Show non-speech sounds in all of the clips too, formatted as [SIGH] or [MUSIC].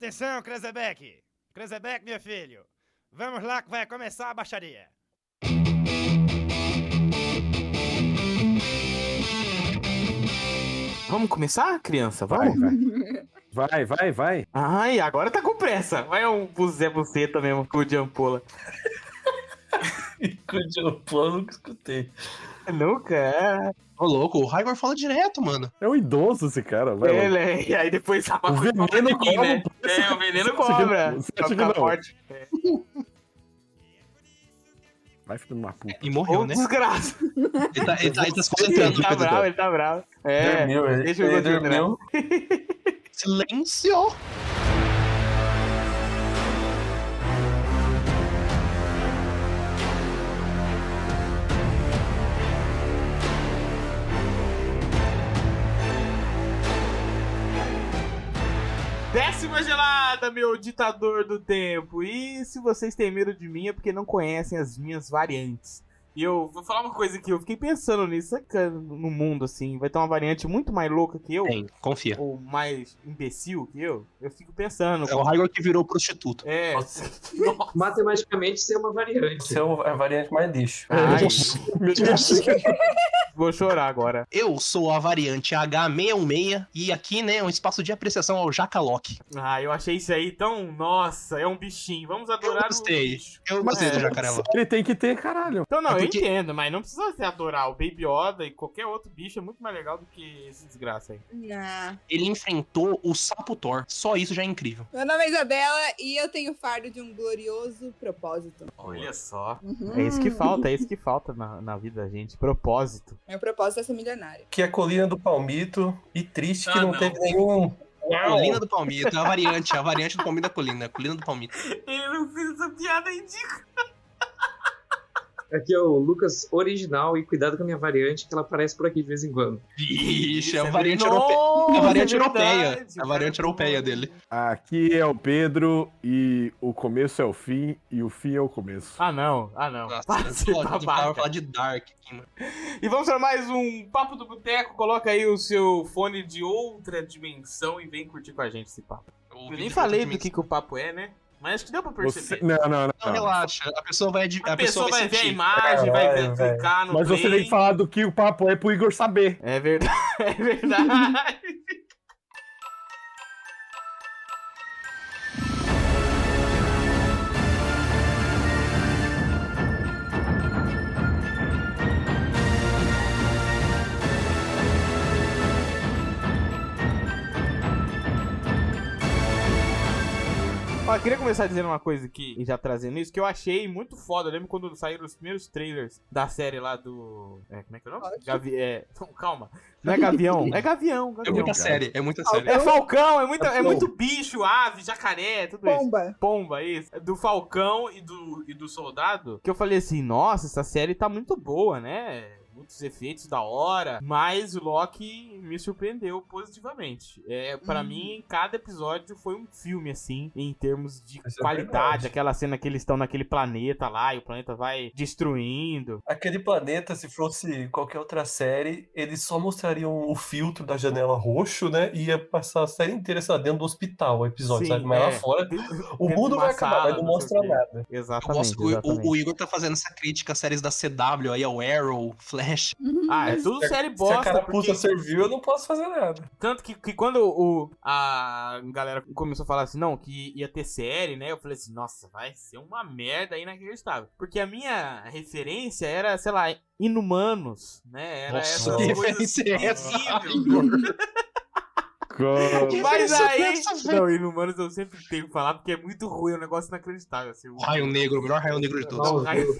Atenção, Krezebeck! Krezebeck, meu filho! Vamos lá que vai começar a baixaria! Vamos começar, criança? Vamos? [LAUGHS] Vai, vai, vai. Ai, agora tá com pressa. Vai um Zé Buceta mesmo com o de ampola. eu nunca escutei. Nunca é. Ô, louco, o Raigor fala direto, mano. É um idoso esse cara, vai. lá. Ele é. E aí depois [LAUGHS] a O veneno cobra de mim, cobra né? o preço. É, o veneno Você acha que- cobra. você Pra acha que ficar não? forte. Vai filho de uma puta. E Ô, morreu, né? desgraça. Ele tá, ele tá- ele tá se Ele concentrando. tá bravo, Pedro. ele tá bravo. É. dormiu, ele, deixa eu ele continuar. dormiu. Silêncio! Décima gelada, meu ditador do tempo. E se vocês têm medo de mim é porque não conhecem as minhas variantes. E eu vou falar uma coisa aqui, eu fiquei pensando nisso, sabe que no mundo assim, vai ter uma variante muito mais louca que eu, Tem, confia. ou mais imbecil que eu? Eu fico pensando. É o Raigor que virou prostituta. É. [LAUGHS] Matematicamente, isso é uma variante. Ah. Você é o- é a variante mais lixo. Ai, Nossa. vou chorar agora. Eu sou a variante H616 e aqui, né, é um espaço de apreciação ao Jacalock. Ah, eu achei isso aí tão. Nossa, é um bichinho. Vamos adorar o gostei. bicho. Eu gostei É. do Jacarelão. Ele tem que ter, caralho. Então, não, É porque- eu entendo, mas não precisa se adorar. O Baby Yoda e qualquer outro bicho é muito mais legal do que esse desgraça aí. Nah. Ele enfrentou o Sapo Thor. Só isso já é incrível. Meu nome é Isabela e eu tenho fardo de um glorioso propósito. Olha só. Uhum. É isso Hum. que falta, é isso que falta na, na vida da gente. Propósito. Meu propósito é ser milionário. Que é a colina do Palmito. E triste que Ah, não, não. teve nenhum. Colina do Palmito, é a variante, a variante do Palmito da Colina, é a Colina do Palmito. Ele não fez essa piada indica. Aqui é o Lucas original e cuidado com a minha variante, que ela aparece por aqui de vez em quando. Vixe, é a variante europeia. É a variante europeia. É a variante europeia dele. Aqui é o Pedro e o começo é o fim e o fim é o começo. Ah, não, ah, não. Nossa, Para de ser eu vou babaca. falar de Dark aqui, mano. E vamos para mais um Papo do Boteco. Coloca aí o seu fone de outra dimensão e vem curtir com a gente esse papo. O Eu vídeo nem tá falei do dimensão. que, que o papo é, né? Mas acho que deu pra Você... é perceber. Não, não, não. Não, relaxa. A pessoa vai. ad- A, pessoa vai ver a sentir. imagem, vai ver, Caralho, velho. clicar no É, Mas você play. tem que falar do que o papo é pro Igor saber. É verdade, é verdade. Ó, eu queria começar dizendo uma coisa aqui, e já trazendo isso, que eu achei muito foda. Eu lembro quando saíram os primeiros trailers da série lá do. É, como é que é o nome? Ótimo. Gavi... É... [LAUGHS] Não, calma. Não é Gavião, é Gavião. É gavião. muita cara. série, é muita série. É Falcão, é, muita, é É muito bicho, ave, jacaré, tudo isso. Bomba! Pomba, isso. É Do Falcão e do, e do Soldado. Que eu falei assim, nossa, essa série tá muito boa, né? Muitos efeitos da hora. Mas o Loki me surpreendeu positivamente. É, para Hum. Uhum. mim, cada episódio foi um filme, assim, em termos de Isso é qualidade. verdade. aquela cena que eles estão naquele planeta lá e o planeta vai destruindo. Aquele planeta, se fosse qualquer outra série, eles só mostrariam o filtro da janela roxo, né? E ia passar a série inteira, sei lá, dentro do hospital, o episódio, Sim, sabe? Mas lá é. fora, o Dentro de mundo uma vai acabar, sala, mas não sei o mostra quê. nada. Eu gosto Exatamente. que o- exatamente. o, o Igor tá fazendo essa crítica às séries da CW, aí ao Arrow, Flash. Ah, é tudo série se bosta. a carapuça porque- serviu, eu não posso fazer nada. Tanto que, que quando o, a galera começou a falar assim, não, que ia ter série, né? Eu falei assim, nossa, vai ser uma merda inacreditável. Porque a minha referência era, sei lá, Inumanos, né? Era assim, Nossa, essas que coisas referência é essa? horríveis. Co- Mas referência é aí... essa, velho? Não, Inumanos eu sempre tenho que falar, porque é muito ruim, é um negócio inacreditável. Assim, O Raio Negro, o melhor Raio Negro de todos. Não, raio-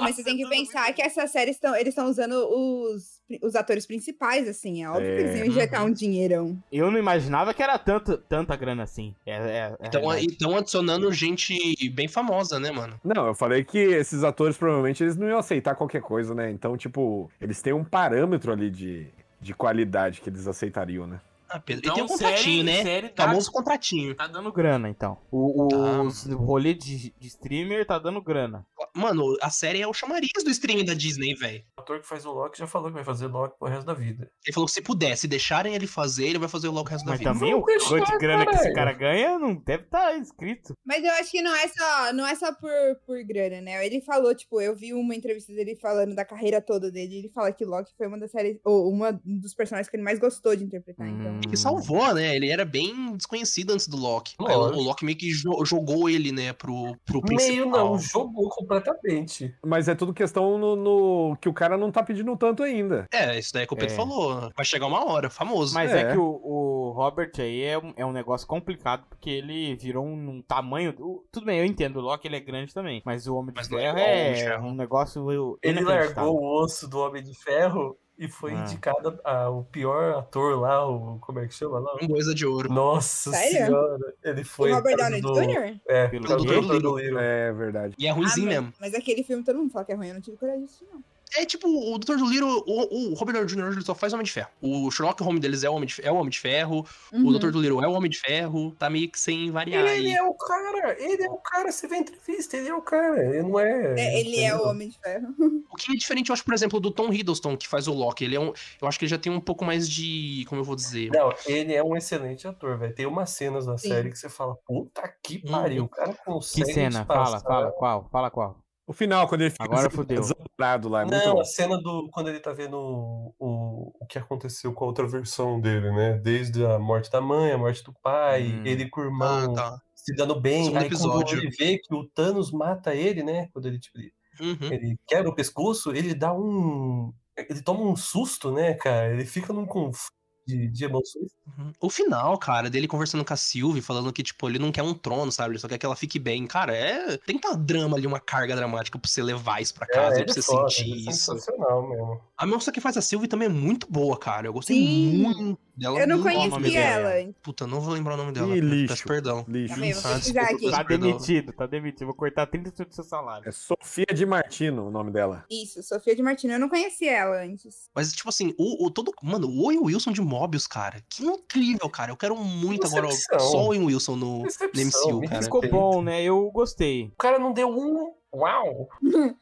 [LAUGHS] mas você tem que Nossa, tudo pensar muito que essas séries estão. Eles estão usando os, os atores principais, assim. É óbvio que eles iam É. injetar um dinheirão. Eu não imaginava que era tanto, tanta grana assim. É, é, é Então, verdade. então adicionando gente bem famosa, né, mano? Não, eu falei que esses atores provavelmente eles não iam aceitar qualquer coisa, né? Então, tipo, eles têm um parâmetro ali de, de qualidade que eles aceitariam, né? Ah, Pedro. e tem um contratinho, né? Série dá- Famoso contratinho. Tá dando grana, então. O, o, Tá. os rolê de, de streamer tá dando grana. Mano, a série é o chamariz do streaming da Disney, velho. O ator que faz o Loki já falou que vai fazer Loki pro resto da vida. Ele falou que se puder, se deixarem ele fazer, ele vai fazer o logo o resto da Mas vida. também o Vamos quanto de deixar, grana que né? esse caralho. cara ganha não deve estar tá escrito. Mas eu acho que não é só, não é só por, por grana, né? Ele falou, tipo, eu vi uma entrevista dele falando da carreira toda dele. Ele fala que Loki foi uma das séries, ou uma dos personagens que ele mais gostou de interpretar. Hum. Então, Que salvou, né? Ele era bem desconhecido antes do Loki. Aí o, Lógico. o Loki meio que jo- jogou ele, né, pro, pro principal. Meio não, jogou completamente. Mas é tudo questão no, no- que o cara não tá pedindo tanto ainda. É, isso daí que o Pedro É. falou. Vai chegar uma hora, famoso. Mas é, É. que o, o Robert aí é um, é um negócio complicado, porque ele virou um, um tamanho. o- tudo bem, eu entendo, o Loki ele é grande também. Mas o Homem de Mas não é Ferro igual o é, Homem de Ferro. um negócio. eu- Ele inacreditável. largou o osso do Homem de Ferro e foi Ah. indicado ao pior ator lá, o. Como é que chama lá? Um Uma coisa de ouro. Nossa Sério? senhora. Ele foi. o Robert por Downey causa do- Jr.? É, Pelo pelo causa do Doutor Doutor Dolittle. Dolittle. É verdade. E é ruimzinho Ah, mas, mesmo. mas aquele filme todo mundo fala que é ruim, eu não tive coragem de assistir, não. É tipo, o Dr. Dolittle, o, o Robert Downey Jr. ele só faz Homem de Ferro. O Sherlock Holmes deles é o Homem de, é o Homem de Ferro. O Dr. Dolittle é o Homem de Ferro. Tá meio que sem variar Uhum. Ele aí. é o cara, ele é o cara, você vê a entrevista, ele é o cara, ele não é. É, né? ele é o Homem de Ferro. um O que é diferente, eu acho, por exemplo, do Tom Hiddleston, que faz o Loki. Ele é um, eu acho que ele já tem um pouco mais de... Como eu vou dizer? Não, ele é um excelente ator, velho. Tem umas cenas da Sim. Uhum. série que você fala, puta que Hum. pariu, o cara Que consegue. cena? te Fala, né? passar- fala, qual? Fala qual? O final, quando ele fica Agora fudeu. desamparado lá. é muito Não, bom. a cena do quando ele tá vendo o, o, o que aconteceu com a outra versão dele, né? Desde a morte da mãe, a morte do pai, Hum. ele com o Ah, irmão tá. se dando bem. Segundo aí quando episódio. ele vê que o Thanos mata ele, né? Quando ele, tipo, ele, Uhum. ele quebra o pescoço, ele dá um. Ele toma um susto, né, cara? Ele fica num confuso de, de emoções. Uhum. O final, cara, dele conversando com a Sylvie, falando que, tipo, ele não quer um trono, sabe? Ele só quer que ela fique bem. Cara, é. Tem que dar drama ali, uma carga dramática pra você levar isso pra casa, É, ele pra você foda, sentir ele é isso. sensacional mesmo. A moça que faz a Sylvie também é muito boa, cara. Eu gostei Sim. muito dela. Eu não Muito bom é o nome conhecia dela. ela. Puta, não vou lembrar o nome dela. Ih, cara. lixo. Peço perdão. Lixo. Também, eu vou Ah, pesquisar desculpa, aqui. peço Tá perdão. demitido, tá demitido. Vou cortar 30% do seu salário. É Sofia de Martino o nome dela. Isso, Sofia de Martino. Eu não conhecia ela antes. Mas, tipo assim, o, o todo. Mano, o Owen Wilson de Mobius, cara. Que incrível, cara. Eu quero muito agora Decepção. só o Owen Wilson no. Decepção, MCU, me cara. Ficou respeita. bom, né? Eu gostei. O cara não deu um. Uau!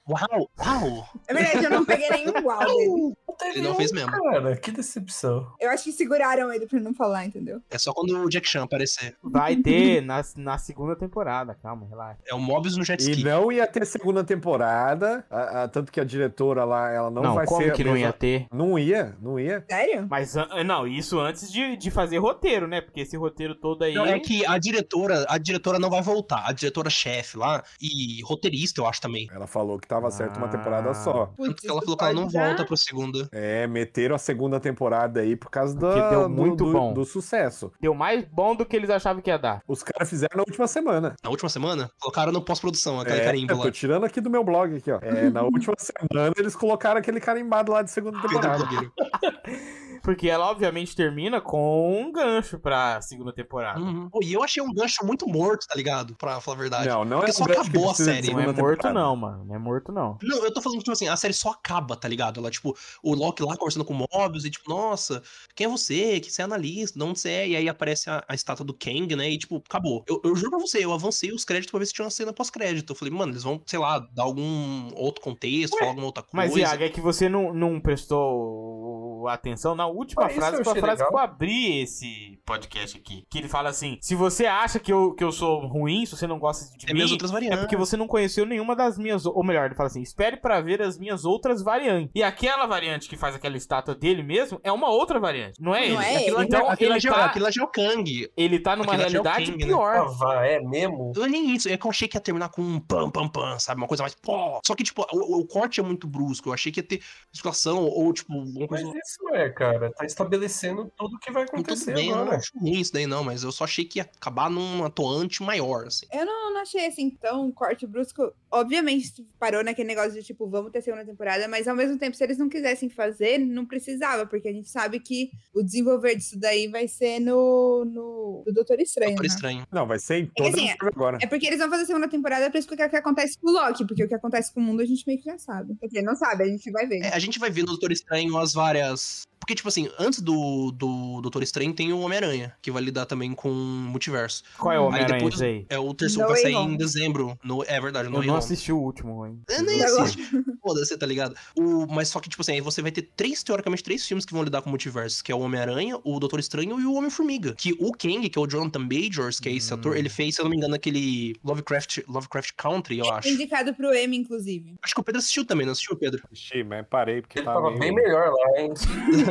Uau! Uau! É verdade, eu não peguei nenhum uau dele. Não teve Ele não um, fez mesmo. Cara, que decepção. Eu acho que seguraram ele pra não falar, entendeu? É só quando o Jack Chan aparecer. Vai ter na, na segunda temporada, calma, relaxa. É o Mobius no jet E ski. não ia ter segunda temporada, a- a- tanto que a diretora lá, ela não, Não, vai como ser. a que não mesma- ia ter? Não ia, não ia. Sério? Mas an- eh, não, isso antes de, de fazer roteiro, né? Porque esse roteiro todo aí. Não, é que a diretora, a diretora não vai voltar. A diretora chefe lá e roteirista, eu acho também. Ela falou que tava certo uma temporada Ah. só. Tanto Putz, que ela isso falou que ela pode não dar- volta pro segunda. É, meteram a segunda temporada aí por causa da- Porque deu do- muito do- bom. do sucesso. Deu mais bom do que eles achavam que ia dar. Os caras fizeram na última semana. Na última semana, colocaram no pós-produção, aquele É, carimbo eu lá. tô tirando aqui do meu blog aqui, ó. É, na última semana eles colocaram aquele carimbado lá de segunda Pedro temporada. Blogueiro. Porque ela, obviamente, termina com um gancho pra segunda Hum, temporada. Uhum. Pô, E eu achei um gancho muito morto, tá ligado? Pra falar a verdade. Não, não é Porque só um gancho que acabou a precisa de série. Não segunda é morto, temporada. não, mano. Não é morto, não. Não, eu tô falando, tipo assim, a série só acaba, tá ligado? Ela, tipo, o Loki lá conversando com o Mobius e, tipo, nossa, quem é você? Que você é analista? De onde você é? E aí aparece a, a estátua do Kang, né? E, tipo, acabou. Eu, eu juro pra você, eu avancei os créditos pra ver se tinha uma cena pós-crédito. Eu falei, mano, eles vão, sei lá, dar algum outro contexto, falar alguma outra coisa. Mas, Iago, é que você não, não prestou atenção na última Ah, isso frase, eu com a achei frase legal. que eu abri esse podcast aqui. Que ele fala assim: se você acha que eu, que eu sou ruim, se você não gosta de é mim. mesmo outras É variantes. porque você não conheceu nenhuma das minhas. Ou melhor, ele fala assim: espere pra ver as minhas outras variantes. E aquela variante que faz aquela estátua dele mesmo é uma outra variante. Não é ele. Não é ele. Então aquilo, ele, é, tá, aquilo é já é o Kang. ele tá numa aquilo é o realidade King, né? Ah, pior. vá, é mesmo? Não é nem isso, é que eu achei que ia terminar com um pam, pam, pam, sabe? Uma coisa mais. Pô. Só que, tipo, o, o corte é muito brusco. Eu achei que ia ter situação ou, tipo, uma Mas coisa. isso é, cara. Tá estabelecendo tudo o que vai Não, Tudo acontecer bem, né? eu não agora. acho ruim isso daí, não, mas eu só achei que ia acabar num atoante maior, assim. Eu não, não achei assim tão corte brusco. Obviamente, parou naquele negócio de tipo, vamos ter segunda temporada, mas ao mesmo tempo, se eles não quisessem fazer, não precisava, porque a gente sabe que o desenvolver disso daí vai ser no, no do Doutor Estranho. Super né? estranho. Não, vai ser em todas assim, as séries agora. É porque eles vão fazer a segunda temporada pra explicar o que acontece com o Loki, porque o que É, acontece com o mundo a gente meio que já sabe. Quer dizer, não sabe, a gente vai ver. É, a gente vai ver no Doutor Estranho as várias Porque, tipo assim, antes do, do Doutor Estranho tem o Homem-Aranha, que vai lidar também com o multiverso. Qual é o Homem-Aranha depois- esse aí? É o terceiro No que vai Way sair Home. em dezembro. No, é verdade, no Eu Way não Home. assisti o último, hein? Eu nem Agora- assisti. Foda-se, tá ligado? O, mas só que, tipo assim, aí você vai ter três, teoricamente, três filmes que vão lidar com o multiverso, que é o Homem-Aranha, o Doutor Estranho e o Homem-Formiga. Que o Kang, que é o Jonathan Majors, que é esse ator, ele fez, se eu não me engano, aquele Lovecraft, Lovecraft Country, eu acho. Indicado pro M, inclusive. Acho que o Pedro assistiu também, não [LAUGHS] assistiu, Pedro? [LAUGHS] Assisti, mas parei porque Ele tá tava tava tá meio- bem melhor lá, hein?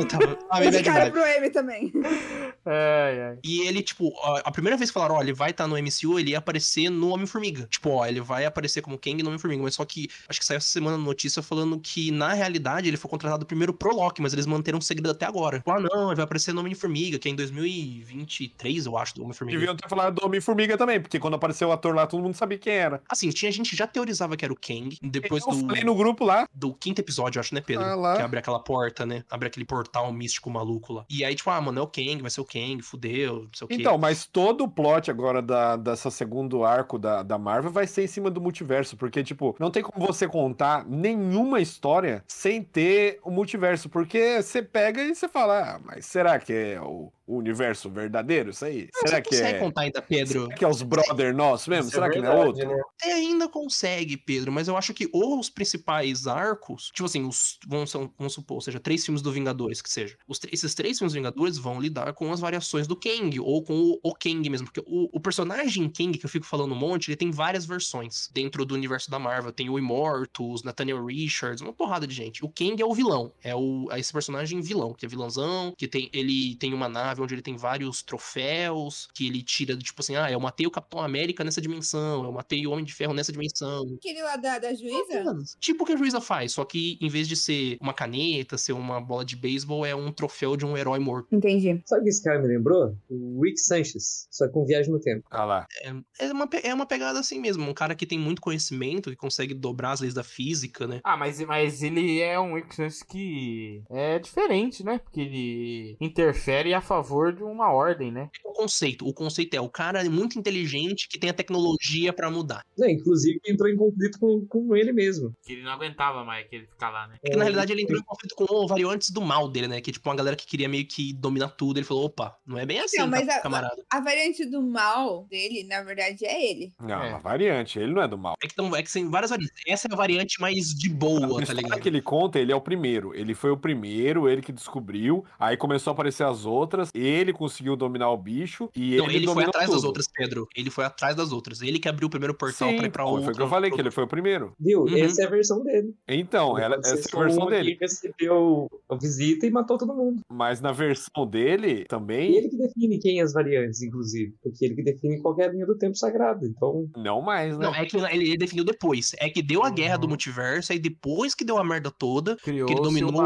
Tava- Ah, é verdade. Indicado pro M também. [LAUGHS] Ai, ai. E ele, tipo, a, a primeira vez que falaram, ó, ele vai estar no MCU, ele ia aparecer no Homem-Formiga. Tipo, ó, ele vai aparecer como Kang no Homem-Formiga. Mas só que, acho que saiu essa semana notícia falando que, na realidade, ele foi contratado primeiro pro Loki, mas eles manteram o segredo até agora. Tipo, ah, não, ele vai aparecer no Homem-Formiga, que é em 2023, eu acho, do Homem-Formiga. Deviam ter falado do Homem-Formiga também, porque quando apareceu o ator lá, todo mundo sabia quem era. Assim, tinha gente que já teorizava que era o Kang, depois eu do, falei no grupo lá, do quinto episódio, eu acho, né, Pedro? Ah, lá. Que abre aquela porta, né? Abre aquele portal místico maluco lá. E aí, tipo, ah, mano, é o Kang, vai ser o Kang, fudeu, não sei o quê. Então, mas todo o plot agora da, dessa segundo arco da, da Marvel vai ser em cima do multiverso, porque, tipo, não tem como você contar nenhuma história sem ter o multiverso, porque você pega e você fala, ah, mas será que é o o universo verdadeiro isso aí? Não, será você que é, consegue contar ainda, Pedro? será que é os brother nossos mesmo? Isso será é que não é verdade, outro? né? até ainda consegue, Pedro, mas eu acho que ou os principais arcos, tipo assim, os, vamos, su- vamos supor, ou seja, três filmes do Vingadores, que seja, os tre- esses três filmes do Vingadores vão lidar com as variações do Kang, ou com o, o Kang mesmo, porque o, o personagem Kang, que eu fico falando um monte, ele tem várias versões dentro do universo da Marvel, tem o Immortus, Nathaniel Richards, uma porrada de gente. O Kang é o vilão, é, o, é esse personagem vilão, que é vilãozão, que tem, ele tem uma nave onde ele tem vários troféus, que ele tira, tipo assim, ah, eu matei o Capitão América nessa dimensão, eu matei o Homem de Ferro nessa dimensão, Aquele lá da, da juíza? Mano, Tipo o que a juíza faz, só que em vez de ser uma caneta, ser uma bola de beisebol, é um troféu de um herói morto. Entendi. Sabe o que esse cara me lembrou? O Rick Sanchez, só com viagem no tempo. Ah lá. É, é uma, pe- é uma pegada assim mesmo, um cara que tem muito conhecimento, que consegue dobrar as leis da física, né? Ah, mas, mas ele é um X que é diferente, né? Porque ele interfere a favor de uma ordem, né? O conceito, o conceito é o cara é muito inteligente que tem a tecnologia pra mudar. Não, inclusive entrou em conflito com, com ele mesmo. Que ele não aguentava mais que ele ficar lá, né? Porque É, na realidade ele entrou em conflito com variantes do mal dele, né? Que tipo uma galera que queria meio que dominar tudo, ele falou, opa, não é bem assim, mas tá, a- camarada. A variante do mal dele, na verdade, é ele. Não, É. uma variante, ele não é do mal. É que, tão- é que tem várias variantes. Essa é a variante mais de boa, A tá história ligado? que ele conta, ele é o primeiro. Ele foi o primeiro, ele que descobriu. Aí começou a aparecer as outras. Ele conseguiu dominar o bicho. E Não, ele, ele foi dominou atrás das tudo. outras, Pedro. Ele foi atrás das outras. Ele que abriu o primeiro portal Sim, pra ir pra pô, outra. Foi o que eu falei, que ele foi o primeiro. Viu? Uhum. Essa é a versão dele. Então, ela, Pode ser essa é só a versão um dele. que recebeu a visita e matou todo mundo. Mas na versão dele E também, ele que define quem é as variantes, inclusive. Porque ele que define qualquer linha do tempo sagrado. Então, não mais, né? Não, é que ele ele definiu depois. É que deu a guerra Uhum. do multiverso, aí depois que deu a merda toda, Criou que ele dominou um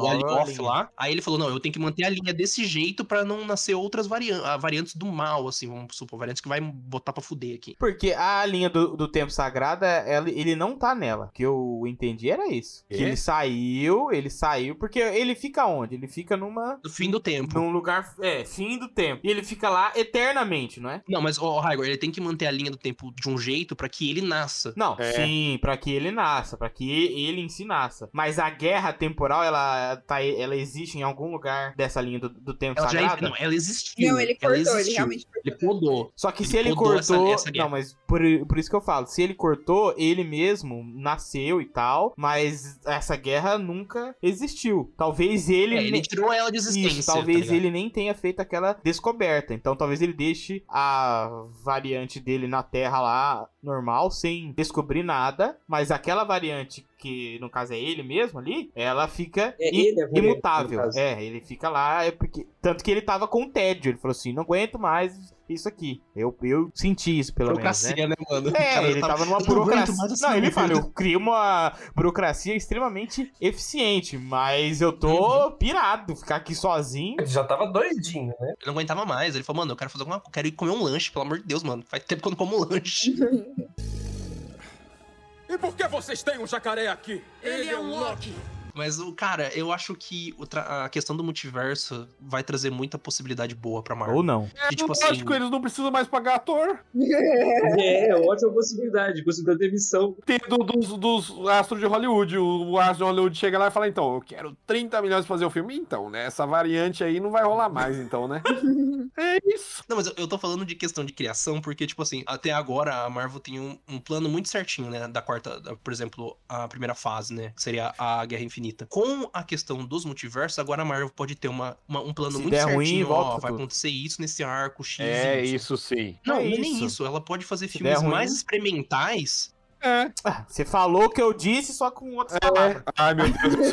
o Alioth linha. lá, aí ele falou, não, eu tenho que manter a linha desse jeito pra não nascer outras variantes, variantes do mal, assim, vamos supor, variantes que vai botar pra fuder aqui. Porque a linha do, do tempo sagrada, ela- ele não tá nela. O que eu entendi era isso. Que Quê? ele saiu, ele saiu. Porque ele fica onde? Ele fica numa. Do fim do tempo. Num lugar. É, fim do tempo. E ele fica lá eternamente, não é? Não, mas, ô, oh, ele tem que manter a linha do tempo de um jeito pra que ele nasça. Não, É. sim, pra que ele nasça, pra que ele em si nasça. Mas a guerra temporal, ela, tá, ela existe em algum lugar dessa linha do, do tempo Ela já, é, sagrado? não, ela existiu. Não, ele ela cortou, ele existiu. [LAUGHS] realmente Ele podou. Só que Ele se ele podou cortou. essa- essa guerra. não, mas por, por isso que eu falo. Se ele cortou, ele mesmo nasceu e tal. Mas essa guerra nunca existiu. Talvez ele. É, ele ne- tirou ela de existência. Isso, tá talvez ligado? ele nem tenha feito aquela descoberta. Então talvez ele deixe a variante dele na Terra lá normal, sem descobrir nada. Mas aquela variante, que no caso é ele mesmo ali, ela fica É, i- ele é a variante, imutável. no caso. É, ele fica lá, é porque. Tanto que ele tava com tédio. Ele falou assim: não aguento mais isso aqui. Eu, eu senti isso, pelo menos. né? Burocracia, né, mano? O É, cara ele tava- tava numa eu não aguento burocracia. mais essa Não, ele merda. fala, eu criei uma burocracia extremamente eficiente, mas eu tô Uhum. pirado, ficar aqui sozinho. Ele já tava doidinho, tá- né? Eu não aguentava mais. Ele falou, mano, eu quero fazer alguma coisa. Quero ir comer um lanche, pelo amor de Deus, mano. Faz tempo que eu não como lanche. E por que vocês têm um jacaré aqui? Ele, é um Loki. Mas, o cara, eu acho que o tra- a questão do multiverso vai trazer muita possibilidade boa pra Marvel. Ou não. Que, tipo assim, É Lógico, eles não precisam mais pagar ator. É, ótima possibilidade, possibilidade de demissão. Tem do- dos, dos astros de Hollywood. O, o astro de Hollywood chega lá e fala, então, eu quero 30 milhões pra fazer o filme. Então, né? Essa variante aí não vai rolar mais, então, né? [LAUGHS] é isso. Não, mas eu- eu tô falando de questão de criação, porque, tipo assim, até agora a Marvel tem um, um plano muito certinho, né? Da quarta, da- por exemplo, a primeira fase, né? Que seria a Guerra Infinita. Com a questão dos multiversos, agora a Marvel pode ter uma, uma- um plano Se muito der certinho. ruim, ó, volta vai tudo. acontecer isso nesse arco, X, É Y. isso sim. Não, É nem isso. isso. Ela pode fazer Se filmes der ruim- mais experimentais. É. Ah, Você falou o que eu disse, só com É. outras [LAUGHS] palavras. Ai, meu Deus.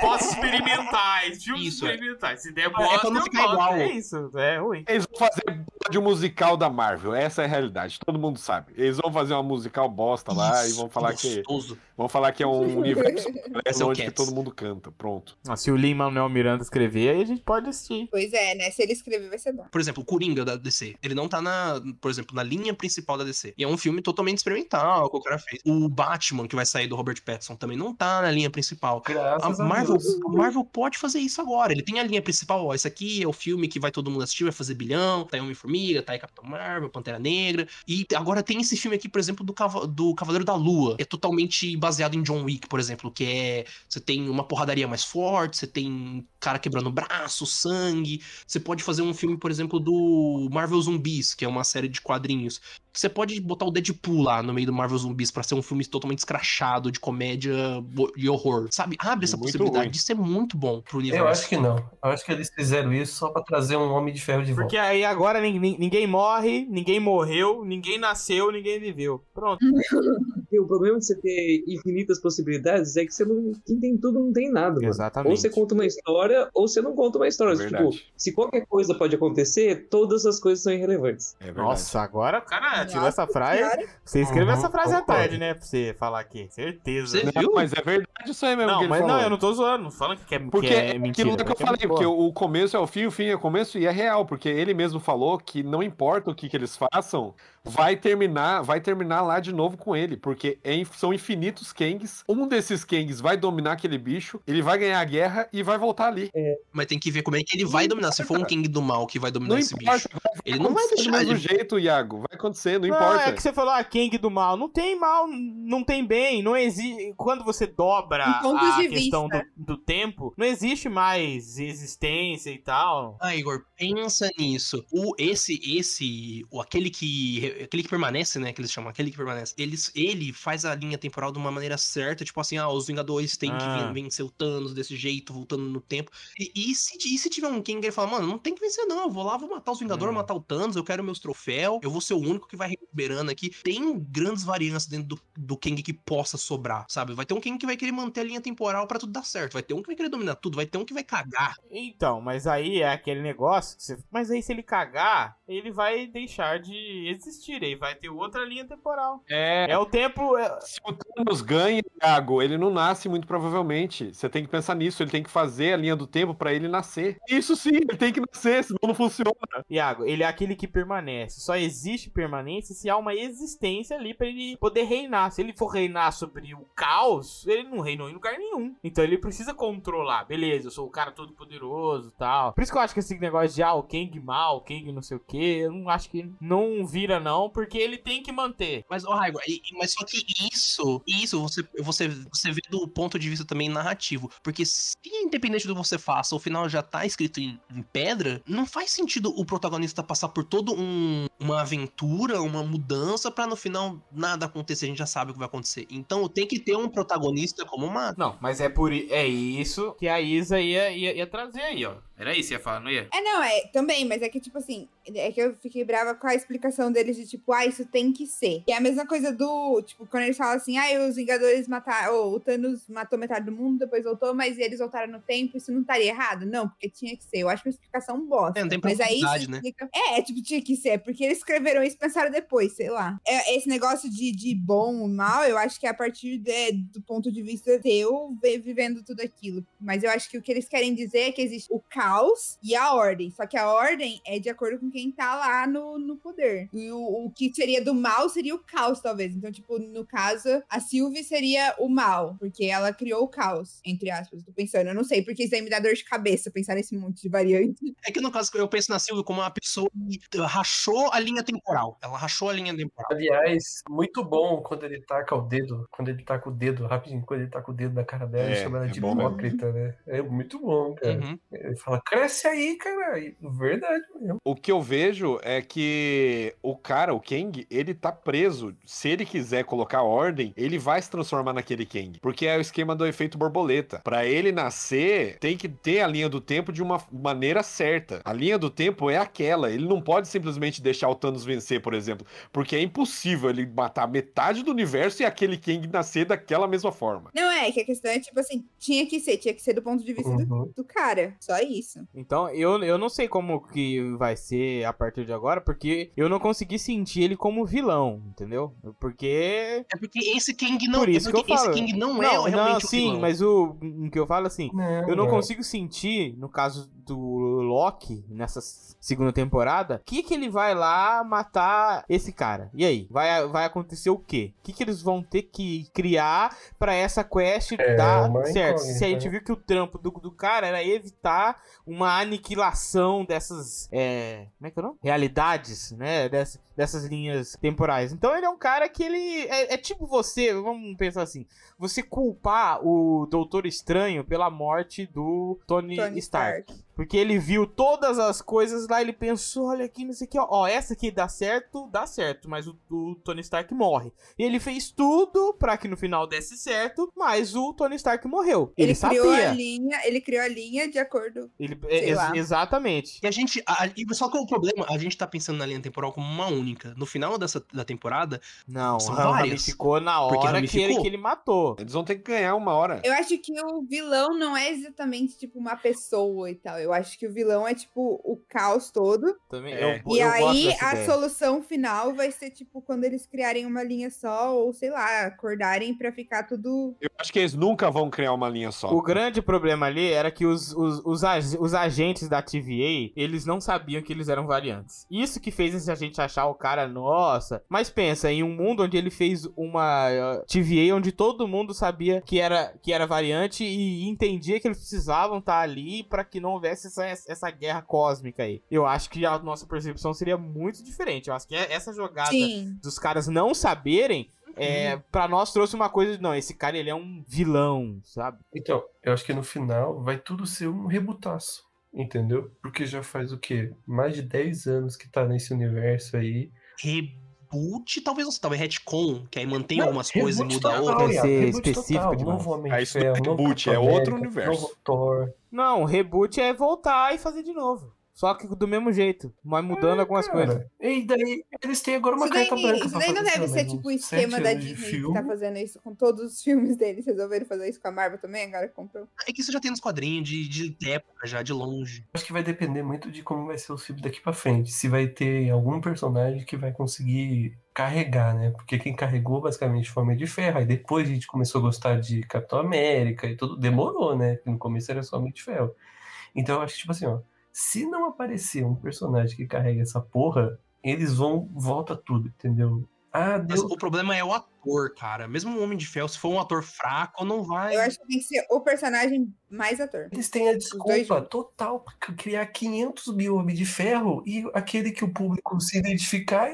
Postos experimentais, filmes Isso, é. experimentais. Se der pra bosta, não eu ficar boto. igual. É isso, é ruim. Eles vão fazer de um musical da Marvel. Essa é a realidade. Todo mundo sabe. Eles vão fazer uma musical bosta lá e vão falar que, gostoso. vão falar que é um universo Esse é o onde que Cats. todo mundo canta. Pronto. Ah, Se o Lin-Manuel Miranda escrever, aí a gente pode assistir. Pois é, né? Se ele escrever, vai ser bom. Por exemplo, o Coringa da DC. Ele não tá na, por exemplo, na linha principal da DC. E é um filme totalmente experimental que o cara fez. O Batman, que vai sair do Robert Pattinson, também não tá na linha principal. A Ah, Graças a, Marvel, Deus. a Marvel pode fazer isso agora. Ele tem a linha principal, ó. Esse aqui é o filme que vai todo mundo assistir, vai fazer bilhão. Tá aí Homem-Formiga, tá aí Capitão Marvel, Pantera Negra. E agora tem esse filme aqui, por exemplo, do, Cava- do Cavaleiro da Lua. É totalmente baseado em John Wick, por exemplo, que é. Você tem uma porradaria mais forte, você tem cara quebrando braço, sangue. Você pode fazer um filme, por exemplo, do Marvel Zumbis, que é uma série de quadrinhos. Você pode botar o Deadpool lá no meio do Marvel Zumbis pra ser um filme totalmente escrachado de comédia bo- e horror, sabe? Abre essa Muito possibilidade. ruim. Isso é muito bom pro universo. Eu acho que não. Eu acho que eles fizeram isso só pra trazer um Homem de Ferro de volta. Porque aí agora nin- nin- ninguém morre, ninguém morreu, ninguém nasceu, ninguém viveu. Pronto. E o problema de você ter infinitas possibilidades é que você não. Quem tem tudo não tem nada, mano. Ou você conta uma história, ou você não conta uma história. É tipo, verdade. se qualquer coisa pode acontecer, todas as coisas são irrelevantes. É verdade. Nossa, agora o cara tirou Nossa essa frase. Senhora, Você escreveu Uhum, essa frase à concordo. tarde, né? Pra você falar aqui. Certeza. Você né? viu? Não, mas é verdade isso aí mesmo que Não, ele mas falou. não, eu não tô zoando. Não falando que é, Porque que é é mentira. aquilo que eu porque é falei, muito porque boa. o o começo é o fim, o fim é o começo, e é real, porque ele mesmo falou que não importa o que, que eles façam, vai terminar, vai terminar lá de novo com ele, porque é inf- são infinitos Kangs, um desses Kangs vai dominar aquele bicho, ele vai ganhar a guerra e vai voltar ali. Mas tem que ver como é que ele vai dominar. Se for um King do Mal que vai dominar Não esse importa, bicho, ele não vai acontecer do deixar. mesmo Ele... jeito, Iago, vai acontecer, não, Não, importa. é que você falou, ah, Kang do mal. Não tem mal, não tem bem, não existe. Quando você dobra Em pontos a de questão do, do tempo, não existe mais existência e tal. Ah, Igor, pensa nisso. O esse esse, o aquele que aquele que permanece, né, que eles chamam, aquele que permanece. Eles ele faz a linha temporal de uma maneira certa, tipo assim, ah, os Vingadores têm que Ah. vin- vencer o Thanos desse jeito, voltando no tempo. E, e se, e se tiver um King, ele fala, mano, não tem que vencer, não. Eu vou lá, vou matar os Vingadores, Hum. matar o Thanos, eu quero meus troféus, eu vou ser o único que vai recuperando aqui. Tem grandes variâncias dentro do, do King que possa sobrar, sabe? Vai ter um King que vai querer manter a linha temporal pra tudo dar certo. Vai ter um que vai querer dominar tudo, vai ter um que vai cagar. Então, mas aí é aquele negócio que você. Mas aí se ele cagar, ele vai deixar de existir. Aí vai ter outra linha temporal. É, É o tempo. é- Se o Thanos ganha, Iago, ele não nasce muito provavelmente. Você tem que pensar nisso, ele tem que fazer a linha do tempo pra ele nascer. Isso sim, ele tem que nascer, senão não funciona. Iago, ele é aquele que permanece. Só existe permanência se há uma existência ali pra ele poder reinar. Se ele for reinar sobre o caos, ele não reinou em lugar nenhum. Então ele precisa controlar. Beleza, eu sou o cara todo poderoso e tal. Por isso que eu acho que esse negócio de ah, o Kang mal, o Kang não sei o que, eu não acho que não vira não, porque ele tem que manter. Mas, ó, Raigor, e- e- mas só que isso, isso você, você, você vê do ponto de vista também narrativo. Porque se, independente do que você faça, o final já tá escrito em, em pedra, não faz sentido o protagonista passar por toda um, uma aventura, uma mudança, pra no final nada acontecer, a gente já sabe o que vai acontecer. Então tem que ter um protagonista como uma. Não, mas é por i- é isso que a Isa ia, ia, ia trazer aí, ó. Era isso que ia falar, não ia? É, não, é, também, mas é que, tipo assim, é que eu fiquei brava com a explicação deles de, tipo, ah, isso tem que ser. E é a mesma coisa do, tipo, quando eles falam assim, ah, os Vingadores mataram, ou o Thanos matou metade do mundo, depois voltou, mas eles voltaram no tempo, isso não estaria errado? Não, porque tinha que ser. Eu acho uma explicação bosta. É, não tem mas aí profundidade, isso né? explica- É, é, tipo, tinha que ser, porque eles escreveram isso e pensaram depois, sei lá. É, esse negócio de, de bom e mal, eu acho que é a partir de- do ponto de vista teu, ve- vivendo tudo aquilo. Mas eu acho que o que eles querem dizer é que existe o caos caos e a ordem. Só que a ordem é de acordo com quem tá lá no, no poder. E o, o que seria do mal seria o caos, talvez. Então, tipo, no caso, a Sylvie seria o mal, porque ela criou o caos, entre aspas. Tô pensando, eu não sei, porque isso aí me dá dor de cabeça pensar nesse monte de variante. É que no caso eu penso na Silvia como uma pessoa que rachou a linha temporal. Ela rachou a linha temporal. Aliás, muito bom quando ele taca o dedo, quando ele taca o dedo, rapidinho, quando ele taca o dedo na cara dela, É, ele chama ela é de bom mesmo. hipócrita, né? É muito bom, cara. Uhum. Ele fala, cresce aí, cara. E- Verdade mesmo. O que eu vejo é que o cara, o Kang, ele tá preso. Se ele quiser colocar ordem, ele vai se transformar naquele Kang. Porque é o esquema do efeito borboleta. Pra ele nascer, tem que ter a linha do tempo de uma maneira certa. A linha do tempo é aquela. Ele não pode simplesmente deixar o Thanos vencer, por exemplo. Porque é impossível ele matar metade do universo e aquele Kang nascer daquela mesma forma. Não é, que a questão é, tipo assim, tinha que ser, tinha que ser do ponto de vista do, Uhum. do cara. Só isso. Então, eu, eu não sei como que vai ser a partir de agora, porque eu não consegui sentir ele como vilão, entendeu? Porque. É porque esse King não, Por isso é que eu porque esse falo. King não, não, é realmente não, o sim, vilão. mas o o que eu falo assim, eu não é. consigo sentir, no caso do Loki, nessa s- segunda temporada, que que ele vai lá matar esse cara? E aí? Vai, vai acontecer o quê? O que que eles vão ter que criar pra essa quest É, dar uma certo? Se a incógnita, né? gente viu que o trampo do, do cara era evitar uma aniquilação dessas, é, como é que é o nome? Realidades, né? Dess, dessas linhas temporais. Então ele é um cara que ele, é- é tipo você, vamos pensar assim, você culpar o Doutor Estranho pela morte do Tony, Tony Stark. Stark. Porque ele viu todas as coisas lá, ele pensou, olha aqui, não sei o que, ó, ó, essa aqui dá certo, dá certo, mas o, o Tony Stark morre. E ele fez tudo pra que no final desse certo, mas o Tony Stark morreu. Ele, sabia. criou a linha, ele criou a linha de acordo. Ele- é, sei ex- lá. exatamente. E a gente. a- a- e só que o problema, a gente tá pensando na linha temporal como uma única. No final dessa da temporada, Não, São ram- várias. ramificou na Porque hora que ele, ramificou. que ele matou. Eles vão ter que ganhar uma hora. Eu acho que o vilão não é exatamente, tipo, uma pessoa e tal. Eu acho que o vilão é, tipo, o caos todo. Também, É. eu, e eu gosto aí, dessa a ideia. solução final vai ser, tipo, quando eles criarem uma linha só, ou sei lá, acordarem pra ficar tudo. Eu acho que eles nunca vão criar uma linha só. O grande problema ali era que os, os, os, ag- os agentes da TVA, eles não sabiam que eles eram variantes. Isso que fez a gente achar o cara, nossa. Mas pensa, em um mundo onde ele fez uma eh, TVA onde todo mundo sabia que era, que era variante e entendia que eles precisavam estar ali pra que não houvesse essa, essa guerra cósmica aí. Eu acho que a nossa percepção seria muito diferente. Eu acho que é- essa jogada Sim. dos caras não saberem. É, para nós trouxe uma coisa de não, esse cara ele é um vilão, sabe? Então, eu acho que no final vai tudo ser um rebutaço, entendeu? Porque já faz o quê? Mais de 10 anos que tá nesse universo aí. reboot, talvez não sei, talvez retcon, que aí mantém Não, algumas coisas e reboot muda outras. total, Vai Iago, ser reboot específico total, demais. Novo Homem Ah, de isso não é Ferro, novo reboot, é Capitão América, outro universo. Novo Thor. Não, reboot é voltar e fazer de novo. Só que do mesmo jeito, mas mudando algumas Cara, coisas. E daí eles têm agora É uma Isso daí, carta branca. isso pra daí não fazer deve isso, ser né? tipo o Uns esquema sete da anos de Disney que filme. tá fazendo isso com todos os [LAUGHS] filmes deles. Resolveram fazer isso com a Marvel também, agora que comprou. É que isso já tem nos quadrinhos de, de época, já de longe. Acho que vai depender muito de como vai ser o filme daqui pra frente. Se vai ter algum personagem que vai conseguir carregar, né? Porque quem carregou basicamente foi o Homem de Ferro. Aí depois a gente começou a gostar de Capitão América e tudo. Demorou, né? Porque No começo era só Homem de Ferro. Então eu acho que, tipo assim, ó. Se não aparecer um personagem que carrega essa porra, eles vão. Volta tudo, entendeu? Ah, Mas deu o problema é o ator, cara. Mesmo o Homem de Ferro, se for um ator fraco, não vai. Eu acho que tem que ser o personagem mais ator. Eles têm a dois desculpa total pra c- criar 500 mil Homem de Ferro e aquele que o público se identificar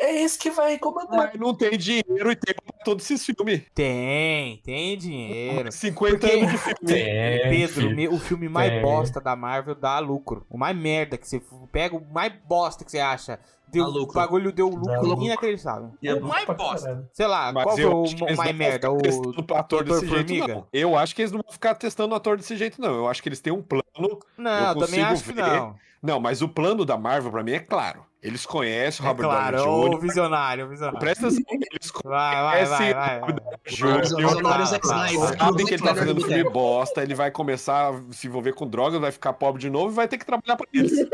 é esse que vai comandar. Mas não tem dinheiro e tempo pra todos esses filmes. Tem, tem dinheiro. 50 Porque- anos de filme. É, Pedro, me- o filme mais Tem. bosta da Marvel dá lucro. O mais merda que você f- pega, o mais bosta que você acha. Deu, Dá lucro. O bagulho deu lucro lucro. inacreditável. E é o mais pra bosta. caralho. Sei lá, Mas qual foi eu o acho que mo- eles mais não vão merda? ficar O testando Doutor ator desse jeito, Formiga? não. Eu acho que eles não vão ficar testando ator desse jeito, não. Eu acho que eles têm um plano. Não, Eu também consigo acho que ver. não. Não, mas o plano da Marvel, pra mim, é claro. Eles conhecem o É Robert claro, Downey ô Jr. visionário, o visionário. Presta atenção, eles Vai, vai, vai, Esse- vai, vai. Os conhecem o Robert honorários Claro, Zack claro. Snyder. Sabem que ele tá Claro, fazendo claro. filme bosta, ele vai começar a se envolver com drogas, vai ficar pobre de novo e vai ter que trabalhar pra [LAUGHS] eles.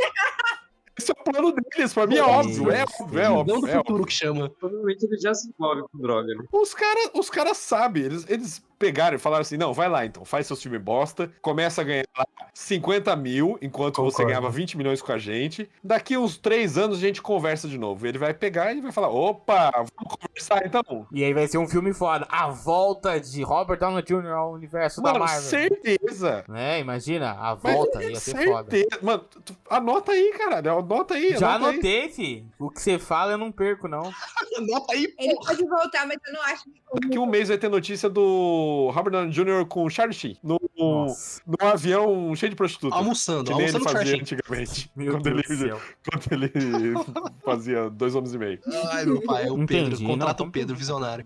Esse é o plano deles, pra mim é Meu óbvio, é Deus. óbvio, é Não do óbvio. é óbvio. futuro que chama. [LAUGHS] Provavelmente ele já se envolve com droga, né? Os caras os cara sabem, eles, eles pegaram e falaram assim: não, vai lá então, faz seu filme bosta, começa a ganhar lá 50 mil, enquanto você Concordo. ganhava 20 milhões com a gente. Daqui uns três anos a gente conversa de novo. Ele vai pegar e vai falar: opa, vamos conversar então. E aí vai ser um filme foda. A volta de Robert Downey Jr. ao universo da Mano, Marvel. certeza. Né? Imagina, a Mas volta é ia ser foda. certeza. Mano, tu- anota aí, caralho. Anota aí. Já anota aí. anotei, fi. O que você fala eu não perco, não. Anota aí. Ele pode voltar, mas eu não acho que. Daqui um mês vai ter notícia do Robert Downey Jr. com o Charlie Sheen no, Nossa, no avião cheio de prostituta. Almoçando, que nem ele almoçando fazia certinho. antigamente. meu quando, Deus do ele, céu. quando ele [LAUGHS] fazia dois homens e meio. Ai, meu pai, é o Pedro. Entendi, Contrata não, o Pedro, visionário.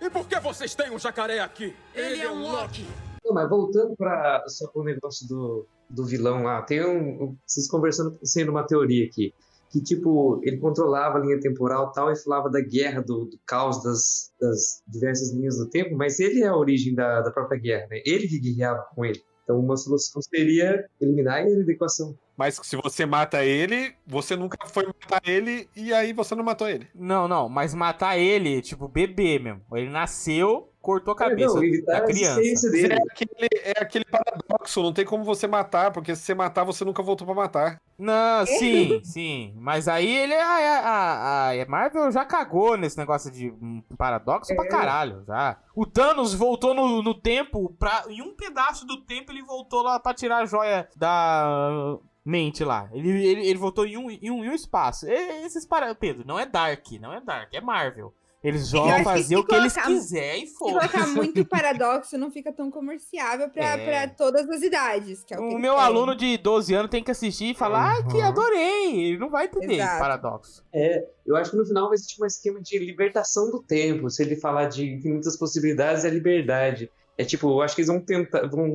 E por que vocês têm um jacaré aqui? Ele é um Loki. Não, mas voltando para o negócio do, do vilão lá, tem um, um- vocês conversando, sendo uma teoria aqui, que tipo, ele controlava a linha temporal e tal e falava da guerra, do, do caos das, das diversas linhas do tempo, mas ele é a origem da, da própria guerra, né? Ele que guerreava com ele. Então uma solução seria eliminar ele da equação. Mas se você mata ele, você nunca foi matar ele e aí você não matou ele. Não, não, mas matar ele, tipo, bebê mesmo. Ele nasceu, cortou a cabeça não, tá evitar da a criança. existência É dele. aquele, é aquele paradoxo, não tem como você matar, porque se você matar, você nunca voltou pra matar. Não, sim, sim. Mas aí ele. ah, é, A, a, a- a Marvel já cagou nesse negócio de hum, paradoxo pra É. caralho. Já. O Thanos voltou no, no tempo. Pra, em um pedaço do tempo ele voltou lá pra tirar a joia da uh, mente lá. Ele, ele, ele voltou em um, em um, em um espaço. E- Esses para... Pedro, não é Dark, não é Dark, é Marvel. Eles Eu vão acho que fazer se o que eles colocar- quiserem e Se foda colocar [LAUGHS] muito paradoxo, não fica tão comerciável pra, É. pra todas as idades. que é o que O eles meu querem. aluno de 12 anos tem que assistir e falar ah, que Uhum. adorei. Ele não vai entender esse Exato. paradoxo. É, eu acho que no final vai existir um esquema de libertação do tempo. Se ele falar de infinitas possibilidades, é liberdade. É tipo, eu acho que eles vão tentar, vão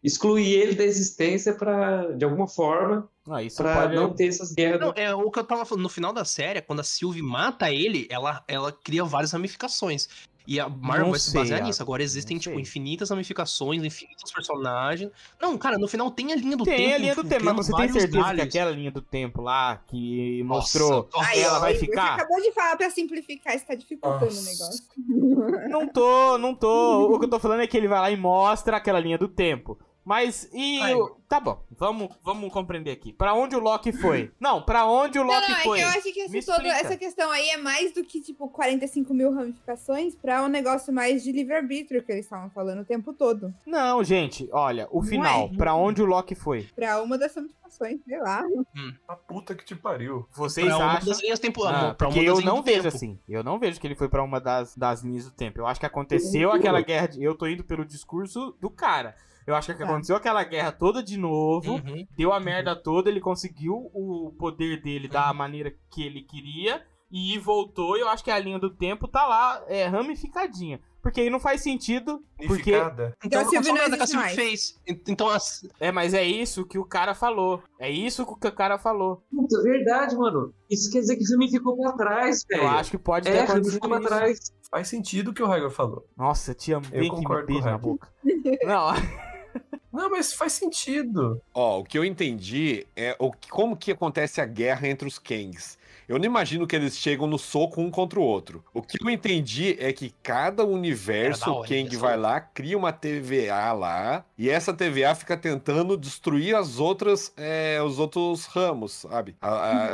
excluir ele da existência para, de alguma forma, Ah, isso para pode... não ter essas guerras. Não, é o que eu tava falando. No final da série, quando a Sylvie mata ele, ela, ela cria várias ramificações. E a Marvel Não vai se sei, basear Iago, nisso. Agora existem, não tipo, sei. infinitas ramificações, infinitos personagens. Não, cara, no final tem a linha do tempo. Tem a linha do tempo, mas criando você tem vários certeza galhos. que aquela linha do tempo lá que Nossa, mostrou nossa. Aí, ela ó, vai você ficar? acabou de falar pra simplificar, está dificultando o Nossa. [LAUGHS] negócio. Não tô, não tô. O que eu tô falando é que ele vai lá e mostra aquela linha do tempo. Mas e Ai. o- tá bom, vamos, vamos compreender aqui. Pra onde o Loki [CLEARS THROAT] foi? não, pra onde o Não, Loki não, é foi? que eu acho que esse Me todo- explica. essa questão aí é mais do que, tipo, 45 mil ramificações pra um negócio mais de livre-arbítrio que eles estavam falando o tempo todo. Não, gente, olha, o final, Ué. pra onde o Loki foi? Pra uma das ramificações, sei lá. A puta que te pariu. Vocês Pra uma acham? das linhas tempo, Ah, pra uma porque das eu linhas não do vejo tempo. assim. Eu não vejo que ele foi pra uma das, das linhas do tempo. Eu acho que Uh! aconteceu aquela guerra. De, eu tô indo pelo discurso do cara. Eu acho que Tá. aconteceu aquela guerra toda de novo. Uhum. Deu a merda toda. Ele conseguiu o poder dele da maneira que ele queria. E voltou. E eu acho que a linha do tempo tá lá é, ramificadinha. Porque aí não faz sentido. Porque. Unificada. Então, a então Sylvie só não nada que a existe Sylvie mais. fez. Então, as, É, mas é isso que o cara falou. É isso que o cara falou. Puta, é verdade, mano. Isso quer dizer que o filme ficou pra trás, velho. Eu acho que pode ter é, o filme acontecido ficou pra isso. trás. Faz sentido o que o Raigor falou. Nossa, te amo. Eu Vem aqui, me concordo com beijo o na Rafa. boca. Não, Não, mas faz sentido. Ó, o que eu entendi é o que- como que acontece a guerra entre os Kangs. Eu não imagino que eles chegam no soco um contra o outro. O que eu entendi é que cada universo, Era da o hora, Kang pessoal. vai lá, cria uma TVA lá, e essa TVA fica tentando destruir as outras, é, os outros ramos, sabe? A-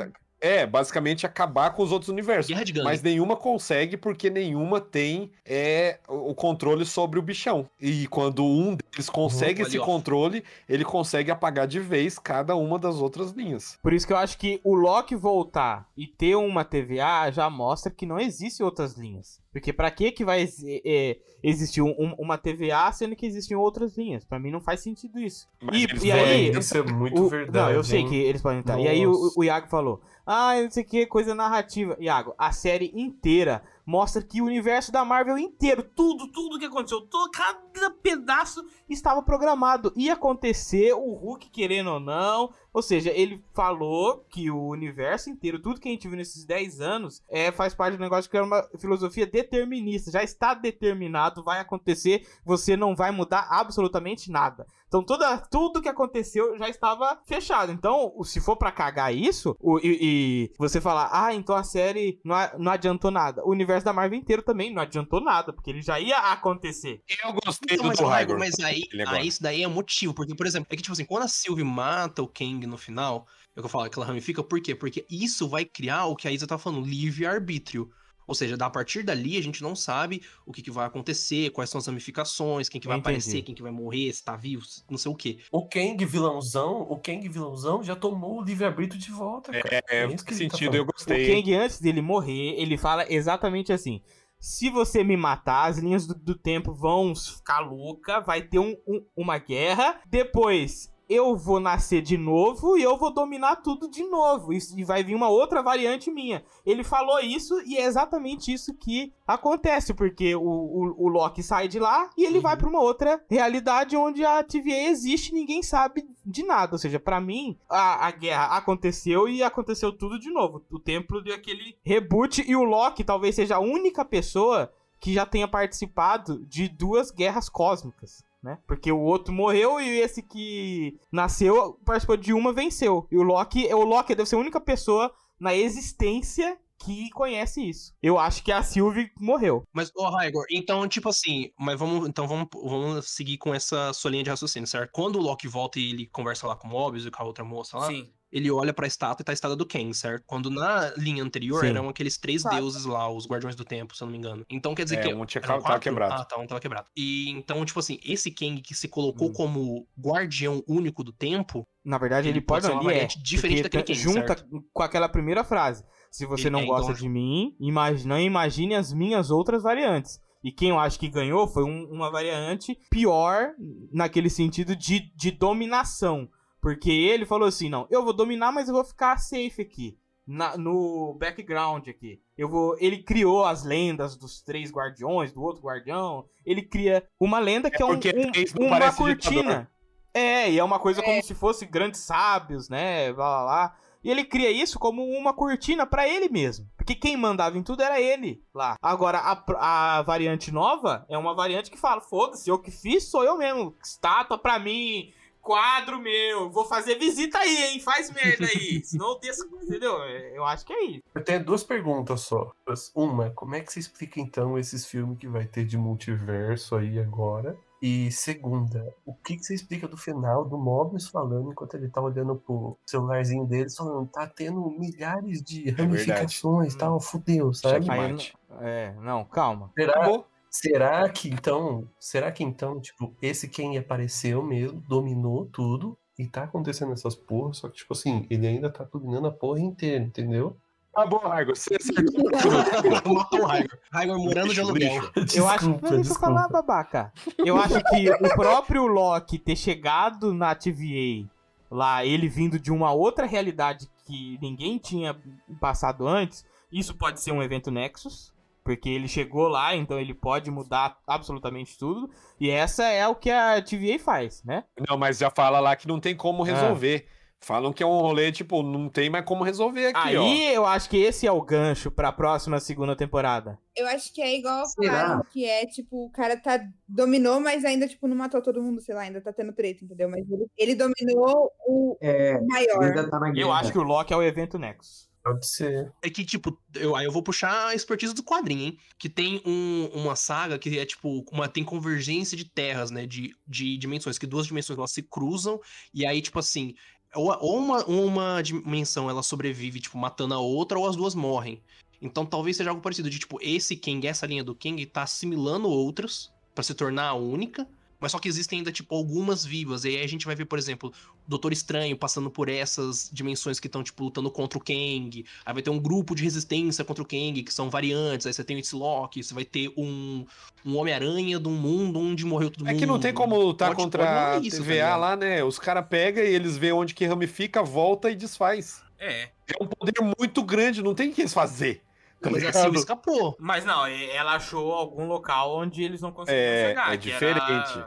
Uhum. a- é, basicamente acabar com os outros universos. guerra de gangue. Mas nenhuma consegue porque nenhuma tem é, o o controle sobre o bichão. E quando um deles consegue Uhum, esse ali, ó. controle, ele consegue apagar de vez cada uma das outras linhas. Por isso que eu acho que o Loki voltar e ter uma TVA já mostra que não existem outras linhas. Porque pra que que vai exi- é, existir um- um- uma TVA sendo que existem outras linhas? Pra mim não faz sentido isso. Mas E- eles e aí- Olha, isso é muito O- verdade. não, eu sei hein? que eles podem entrar. E aí o, Nossa. o Iago falou, ah, não sei o que, coisa narrativa. Iago, a série inteira mostra que o universo da Marvel inteiro, tudo, tudo que aconteceu, todo, cada pedaço estava programado. Ia acontecer, o Hulk querendo ou não. Ou seja, ele falou que o universo inteiro, tudo que a gente viu nesses 10 anos, é, faz parte do negócio que é uma filosofia determinista. Já está determinado, vai acontecer, você não vai mudar absolutamente nada. Então toda, tudo que aconteceu já estava fechado. Então, o- se for pra cagar isso, o- e, e você falar, ah, então a série não, a- não adiantou nada. O universo multiverso da Marvel inteiro também. Não adiantou nada, porque ele já ia acontecer. Eu gostei Então, mas, do Raigo, Raigor. mas aí, Ele agora. aí isso daí é motivo. Porque, por exemplo, é que, tipo assim, quando a Sylvie mata o Kang no final, é o que eu falo, é que ela ramifica, por quê? Porque isso vai criar o que a Isa tá falando, livre-arbítrio. Ou seja, da- a partir dali a gente não sabe o que, que vai acontecer, quais são as ramificações, quem que vai Entendi. aparecer, quem que vai morrer, se tá vivo, se- não sei o quê. O Kang vilãozão, o Kang vilãozão já tomou o livre-arbítrio de volta, cara. É, isso que faz ele tá sentido, eu falando. gostei. O Kang, antes dele morrer, ele fala exatamente assim: se você me matar, as linhas do, do tempo vão ficar louca, vai ter um- um- uma guerra. Depois. Eu vou nascer de novo e eu vou dominar tudo de novo. Isso, e vai vir uma outra variante minha. Ele falou isso e é exatamente isso que acontece, porque o, o, o Loki sai de lá e ele Uhum. vai pra uma outra realidade onde a TVA existe e ninguém sabe de nada. Ou seja, pra mim, a, a guerra aconteceu e aconteceu tudo de novo. O templo deu aquele reboot e o Loki talvez seja a única pessoa que já tenha participado de duas guerras cósmicas. Né? Porque o outro morreu e esse que nasceu participou de uma venceu. E o Loki, o Loki deve ser a única pessoa na existência que conhece isso. Eu acho que a Sylvie morreu. Mas, ô, Raigor, então, tipo assim, mas vamos, então vamos, vamos seguir com essa sua linha de raciocínio, certo? Quando o Loki volta e ele conversa lá com o Mobius e com a outra moça lá, Sim. ele olha pra estátua e tá a estátua do Ken, certo? Quando na linha anterior Sim. eram aqueles três Quatro. deuses lá, os Guardiões do Tempo, se eu não me engano. Então quer dizer que. É, um tinha eram ca- tava quatro? quebrado. Ah, tá, um tava quebrado. E então, tipo assim, esse Kang que se Hum. colocou como guardião único do [LAUGHS] tempo, [LAUGHS] Na verdade, ele, Ele pode pode ser uma ali é, variante diferente porque daquele Ken, junta com aquela primeira frase. Se você Ele não é gosta idôneo. de mim, imagine, não imagine as minhas outras variantes. E quem eu acho que ganhou foi um- uma variante pior naquele sentido de, de dominação. Porque ele falou assim: não, eu vou dominar, mas eu vou ficar safe aqui. na- no background aqui. Eu vou. Ele criou as lendas dos três guardiões, do outro guardião. Ele cria uma lenda que é, um- porque um- três não uma parece ditador. cortina. É, e é uma coisa como se fosse grandes sábios, né? Blá blá blá. E ele cria isso como uma cortina pra ele mesmo. Porque quem mandava em tudo era ele lá. Agora, a, pr- a variante nova é uma variante que fala: foda-se, eu que fiz sou eu mesmo. Estátua pra mim, quadro meu. Vou fazer visita aí, hein? Faz merda aí. [LAUGHS] Senão eu desço, entendeu? Eu acho que é isso. Eu tenho duas perguntas só. Uma, como é que você explica então esses filmes que vai ter de multiverso aí agora? E segunda, o que, que você explica do final do Mobius falando enquanto ele tá olhando pro celularzinho dele, falando, tá tendo milhares de É verdade. ramificações e Hum. tal, fudeu, sabe? Checkmate. Aí eu não- é, não, calma. ah. Será, Acabou. será que então, será que então, tipo, esse quem apareceu mesmo, dominou tudo e tá acontecendo essas porras, só que tipo assim, ele ainda tá dominando a porra inteira, entendeu? [LAUGHS] Acabou, Raigor. Você acertou tudo. matou o Raigor. Raigor morando de Lixo, aluguel. lixo. Eu acho Desculpa, Não, deixa eu desculpa. falar, babaca. Eu acho que o próprio Loki ter chegado na TVA lá, ele vindo de uma outra realidade que ninguém tinha passado antes, isso pode ser um evento Nexus. Porque ele chegou lá, então ele pode mudar absolutamente tudo. E essa é o que a TVA faz, né? Não, mas já fala lá que não tem como Ah. resolver. Falam que é um rolê, tipo, não tem mais como resolver aqui, Aí ó. eu acho que esse é o gancho pra próxima segunda temporada. Eu acho que é igual Será? falaram, que é tipo, o cara tá dominou, mas ainda tipo não matou todo mundo, sei lá, ainda tá tendo treta, entendeu? Mas ele, ele dominou o É, maior. ainda tá na guerra. Eu acho que o Loki é o evento Nexus. Pode ser. É que, tipo, eu, aí eu vou puxar a expertise do quadrinho, hein? Que tem um- uma saga que é, tipo, uma, tem convergência de terras, né? De, de dimensões, que duas dimensões elas se cruzam, e aí, tipo assim, ou, ou uma, uma dimensão ela sobrevive, tipo, matando a outra, ou as duas morrem. Então talvez seja algo parecido, de tipo, esse Kang, essa linha do Kang, tá assimilando outras pra se tornar a única. Mas só que existem ainda, tipo, algumas vivas. E aí a gente vai ver, por exemplo, Doutor Estranho passando por essas dimensões que estão, tipo, lutando contra o Kang. Aí vai ter um grupo de resistência contra o Kang, que são variantes. Aí você tem o It's Loki, você vai ter um, um Homem-Aranha de um mundo onde morreu todo É mundo. que não tem como lutar Pode- contra pode a rolar isso, tá TVA ligado? lá, né? Os caras pegam e eles veem onde que ramifica, volta e desfaz. É. É um poder muito grande, não tem o que eles fazer. Tá Mas ligado? [LAUGHS] assim, escapou. Mas não, e- ela achou algum local onde eles não conseguiram É, chegar. é que era diferente.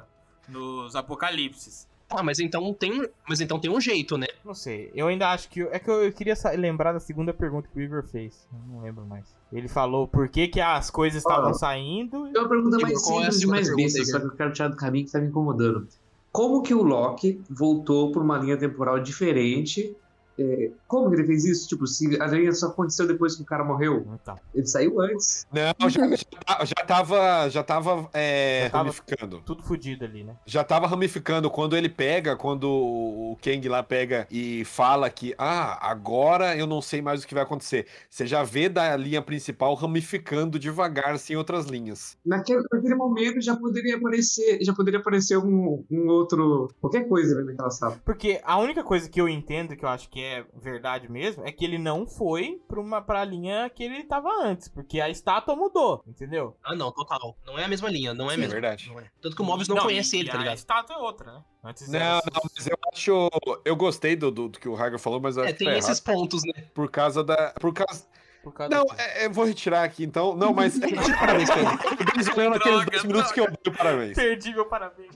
nos apocalipses. Ah, mas então tem, mas então tem um jeito, né? Não sei, eu ainda acho que. É que eu, eu queria sa- lembrar da segunda pergunta que o Igor fez. Eu não lembro mais. Ele falou por que, que as coisas Ah. estavam saindo. Tem uma pergunta mais Qual é a simples e segunda mais pergunta, besta, só Igor? que eu quero tirar do caminho que tá me incomodando. Como que o Loki voltou pra uma linha temporal diferente é, como ele fez isso? Tipo, se a aranha só aconteceu depois que o cara morreu. Então, Ele saiu antes. Não, já, já, ta- já tava, já tava, é, Já tava- ramificando. tudo fodido ali, né? Já tava ramificando quando ele pega, quando o o Kang lá pega e fala que, ah, agora eu não sei mais o que vai acontecer. Você já vê da linha principal ramificando devagar, assim, outras linhas. Naquele, naquele momento já poderia aparecer, já poderia aparecer um, um outro. qualquer coisa ali naquela sala. Porque a única coisa que eu entendo, que eu acho que é verdade mesmo, é que ele não foi pra, uma, pra linha que ele tava antes, porque a estátua mudou, entendeu? Ah, não, total. Não é a mesma linha, não é Sim, mesmo. verdade. Não é. Tanto que o Mobius não, conhece e- ele, e tá A ligado? estátua é outra, né? Antes Não, era- não, mas eu acho. Eu gostei do, do, do que o Hager falou, mas eu É, acho que tem tá esses pontos, né? errado por causa da. Por causa. Por causa Não, disso. é, é, vou retirar aqui então. Não, mas. Parabéns, Pedro. Eles olhando aqueles dois minutos que eu dei parabéns. Perdi meu parabéns.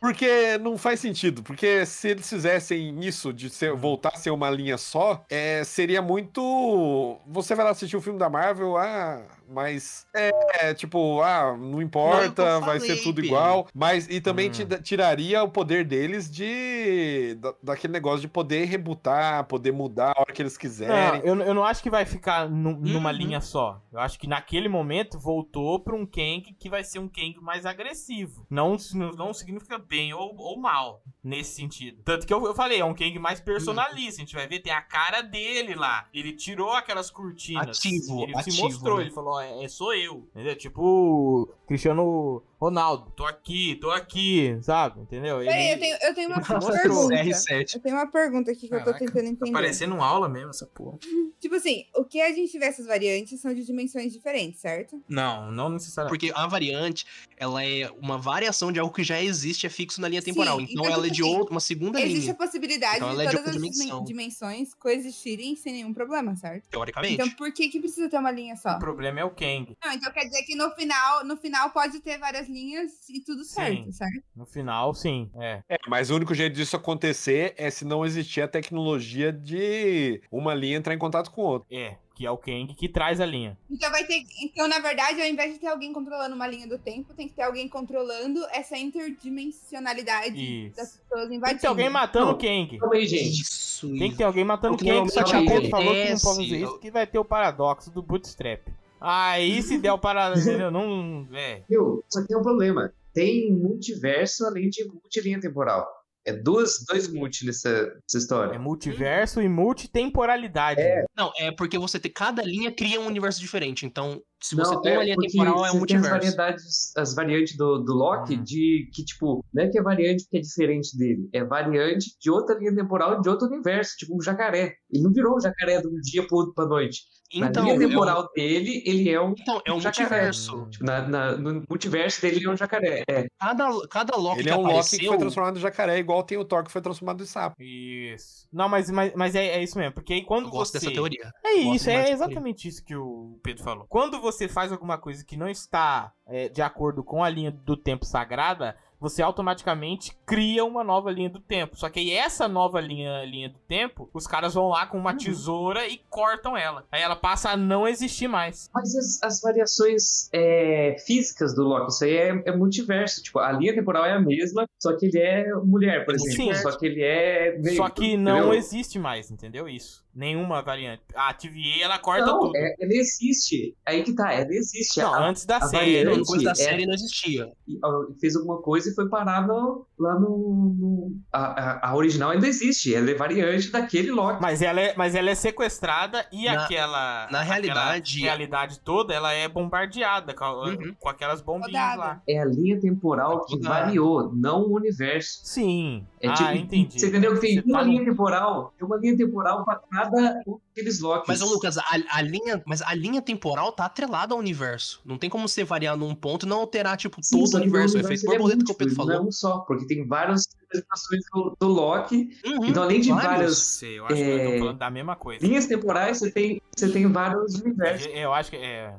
Porque não faz sentido. Porque se eles fizessem isso de ser, voltar a ser uma linha só, é, seria muito. Você vai lá assistir o filme da Marvel, ah, mas. É, tipo, ah, não importa, Não, eu vai falei, ser tudo Pedro. igual. Mas. E também Hum. tira- tiraria o poder deles de. da- daquele negócio de poder rebutar, poder mudar a hora que eles Não, quiserem. eu, eu não acho que vai ficar nu- numa Uhum. linha só. Eu acho que naquele momento voltou pra um Kang que vai ser um Kang mais agressivo. Não, s- não significa bem ou, ou mal nesse sentido. Tanto que eu, eu falei, é um Kang mais personalista. A gente vai ver, tem a cara dele lá. Ele tirou aquelas cortinas. Ativo, ele se ativo, mostrou, né? ele falou: "Ó, é, é- sou eu. Entendeu? Tipo, Cristiano Ronaldo, tô aqui, tô aqui, sabe? Entendeu? [LAUGHS] Peraí, Ele- eu tenho, eu tenho uma Pro pergunta. R7. Eu tenho uma pergunta aqui que eu tô Caraca, tá tentando entender. Parecendo aula mesmo essa porra. Tipo assim, o que a gente vê essas variantes são de dimensões diferentes, certo? Não, não necessariamente. Porque a variante, ela é uma variação de algo que já existe, é fixo na linha Sim, temporal. então, então, ela é tipo de assim, outra, uma segunda Existe a linha, possibilidade Então ela é de de todas as outra dimen- dimensão. dimensões coexistirem sem nenhum problema, certo? teoricamente. Então por que que precisa ter uma linha só? O problema é o Kang. Não, então quer dizer que no final, no final pode ter várias linhas e tudo certo, Sim. certo? No final, sim. É. É, mas o único jeito disso acontecer é se não existir a tecnologia de uma linha entrar em contato com outra. É. Que é o Kang que traz a linha. Então vai ter, então na verdade, ao invés de ter alguém controlando uma linha do tempo, tem que ter alguém controlando essa interdimensionalidade Isso. das pessoas Tem invadindo. que ter alguém matando Não. o Kang. Calma aí, gente. Isso, Tem que isso. ter alguém matando o O que Kang. Só que a Ponte normalmente falou que não pode acontece, fazer eu- isso, que vai ter o paradoxo do bootstrap. Aí se der o [LAUGHS] paradoxo, entendeu? Não. É. Meu, só que tem um problema. Tem multiverso além de multilinha temporal. É duas, dois multi nessa, nessa É história. multiverso e multitemporalidade. Não, é porque você tem. Cada linha cria um universo diferente. Então, se Não, você tem uma linha porque temporal, é você um tem As multiverso. variedades, as variantes do, do Loki, Hum. de que, tipo, não é que é variante que é diferente dele, é variante de outra linha temporal de outro universo, tipo um jacaré. Ele não virou um jacaré de um dia pro outro pra noite. Então, na é linha um- temporal dele, ele é um. então, é um jacaré. multiverso. tipo, na- na- no multiverso dele, ele é um jacaré. É. Cada, cada Loki Ele que é um Loki que apareceu. foi transformado em jacaré, igual tem o Thor que foi transformado em sapo. Isso. Não, mas, mas, mas é, é isso mesmo. Porque aí quando Eu gosto você. dessa teoria. É Gosto isso, demais é dessa exatamente isso que o Pedro falou. Quando você faz alguma coisa que não está é, de acordo com a linha do tempo sagrada, você automaticamente cria uma nova linha do tempo. Só que aí essa nova linha, linha do tempo, os caras vão lá com uma Uhum. tesoura e cortam ela. Aí ela passa a não existir mais. Mas as, as variações é, físicas do Loki, isso aí é, é multiverso. Tipo, a linha temporal é a mesma, só que ele é mulher, por exemplo. Sim. Só que ele é. negro, Só que não entendeu? existe mais, entendeu? Isso. Nenhuma variante. A TVA, ela corta Não, tudo. é, ela existe. Aí que tá, ela existe. Não, Ela antes da a série. Não, variante- Depois da é- série não existia. fez alguma coisa e foi parar no- lá no. no- a, a- a original ainda existe. Ela é variante daquele Loki. Mas ela, é, mas ela é sequestrada e Na- aquela. na aquela realidade- realidade toda, ela é bombardeada com, a- Uhum. com aquelas bombinhas Rodada. lá. É a linha temporal que Toda- variou, não o universo. Sim. É ah, um- tipo, entendi. Você entendeu que tem Você uma tá linha no- temporal? Tem uma linha temporal pra cada um daqueles Locks. Mas, ô, Lucas, a, a linha, mas a linha temporal tá atrelada ao universo. Não tem como você variar num ponto e não alterar, tipo, Sim, todo só o que universo. O ele efeito é borboleta que o múltiplo, Pedro ele falou. Não é um só, porque tem várias representações do, do Loki. Uhum, então, além de vários. Eu várias sei, eu acho que nós estamos é, falando da mesma coisa. linhas temporais, você tem, você tem vários universos. Eu acho que é.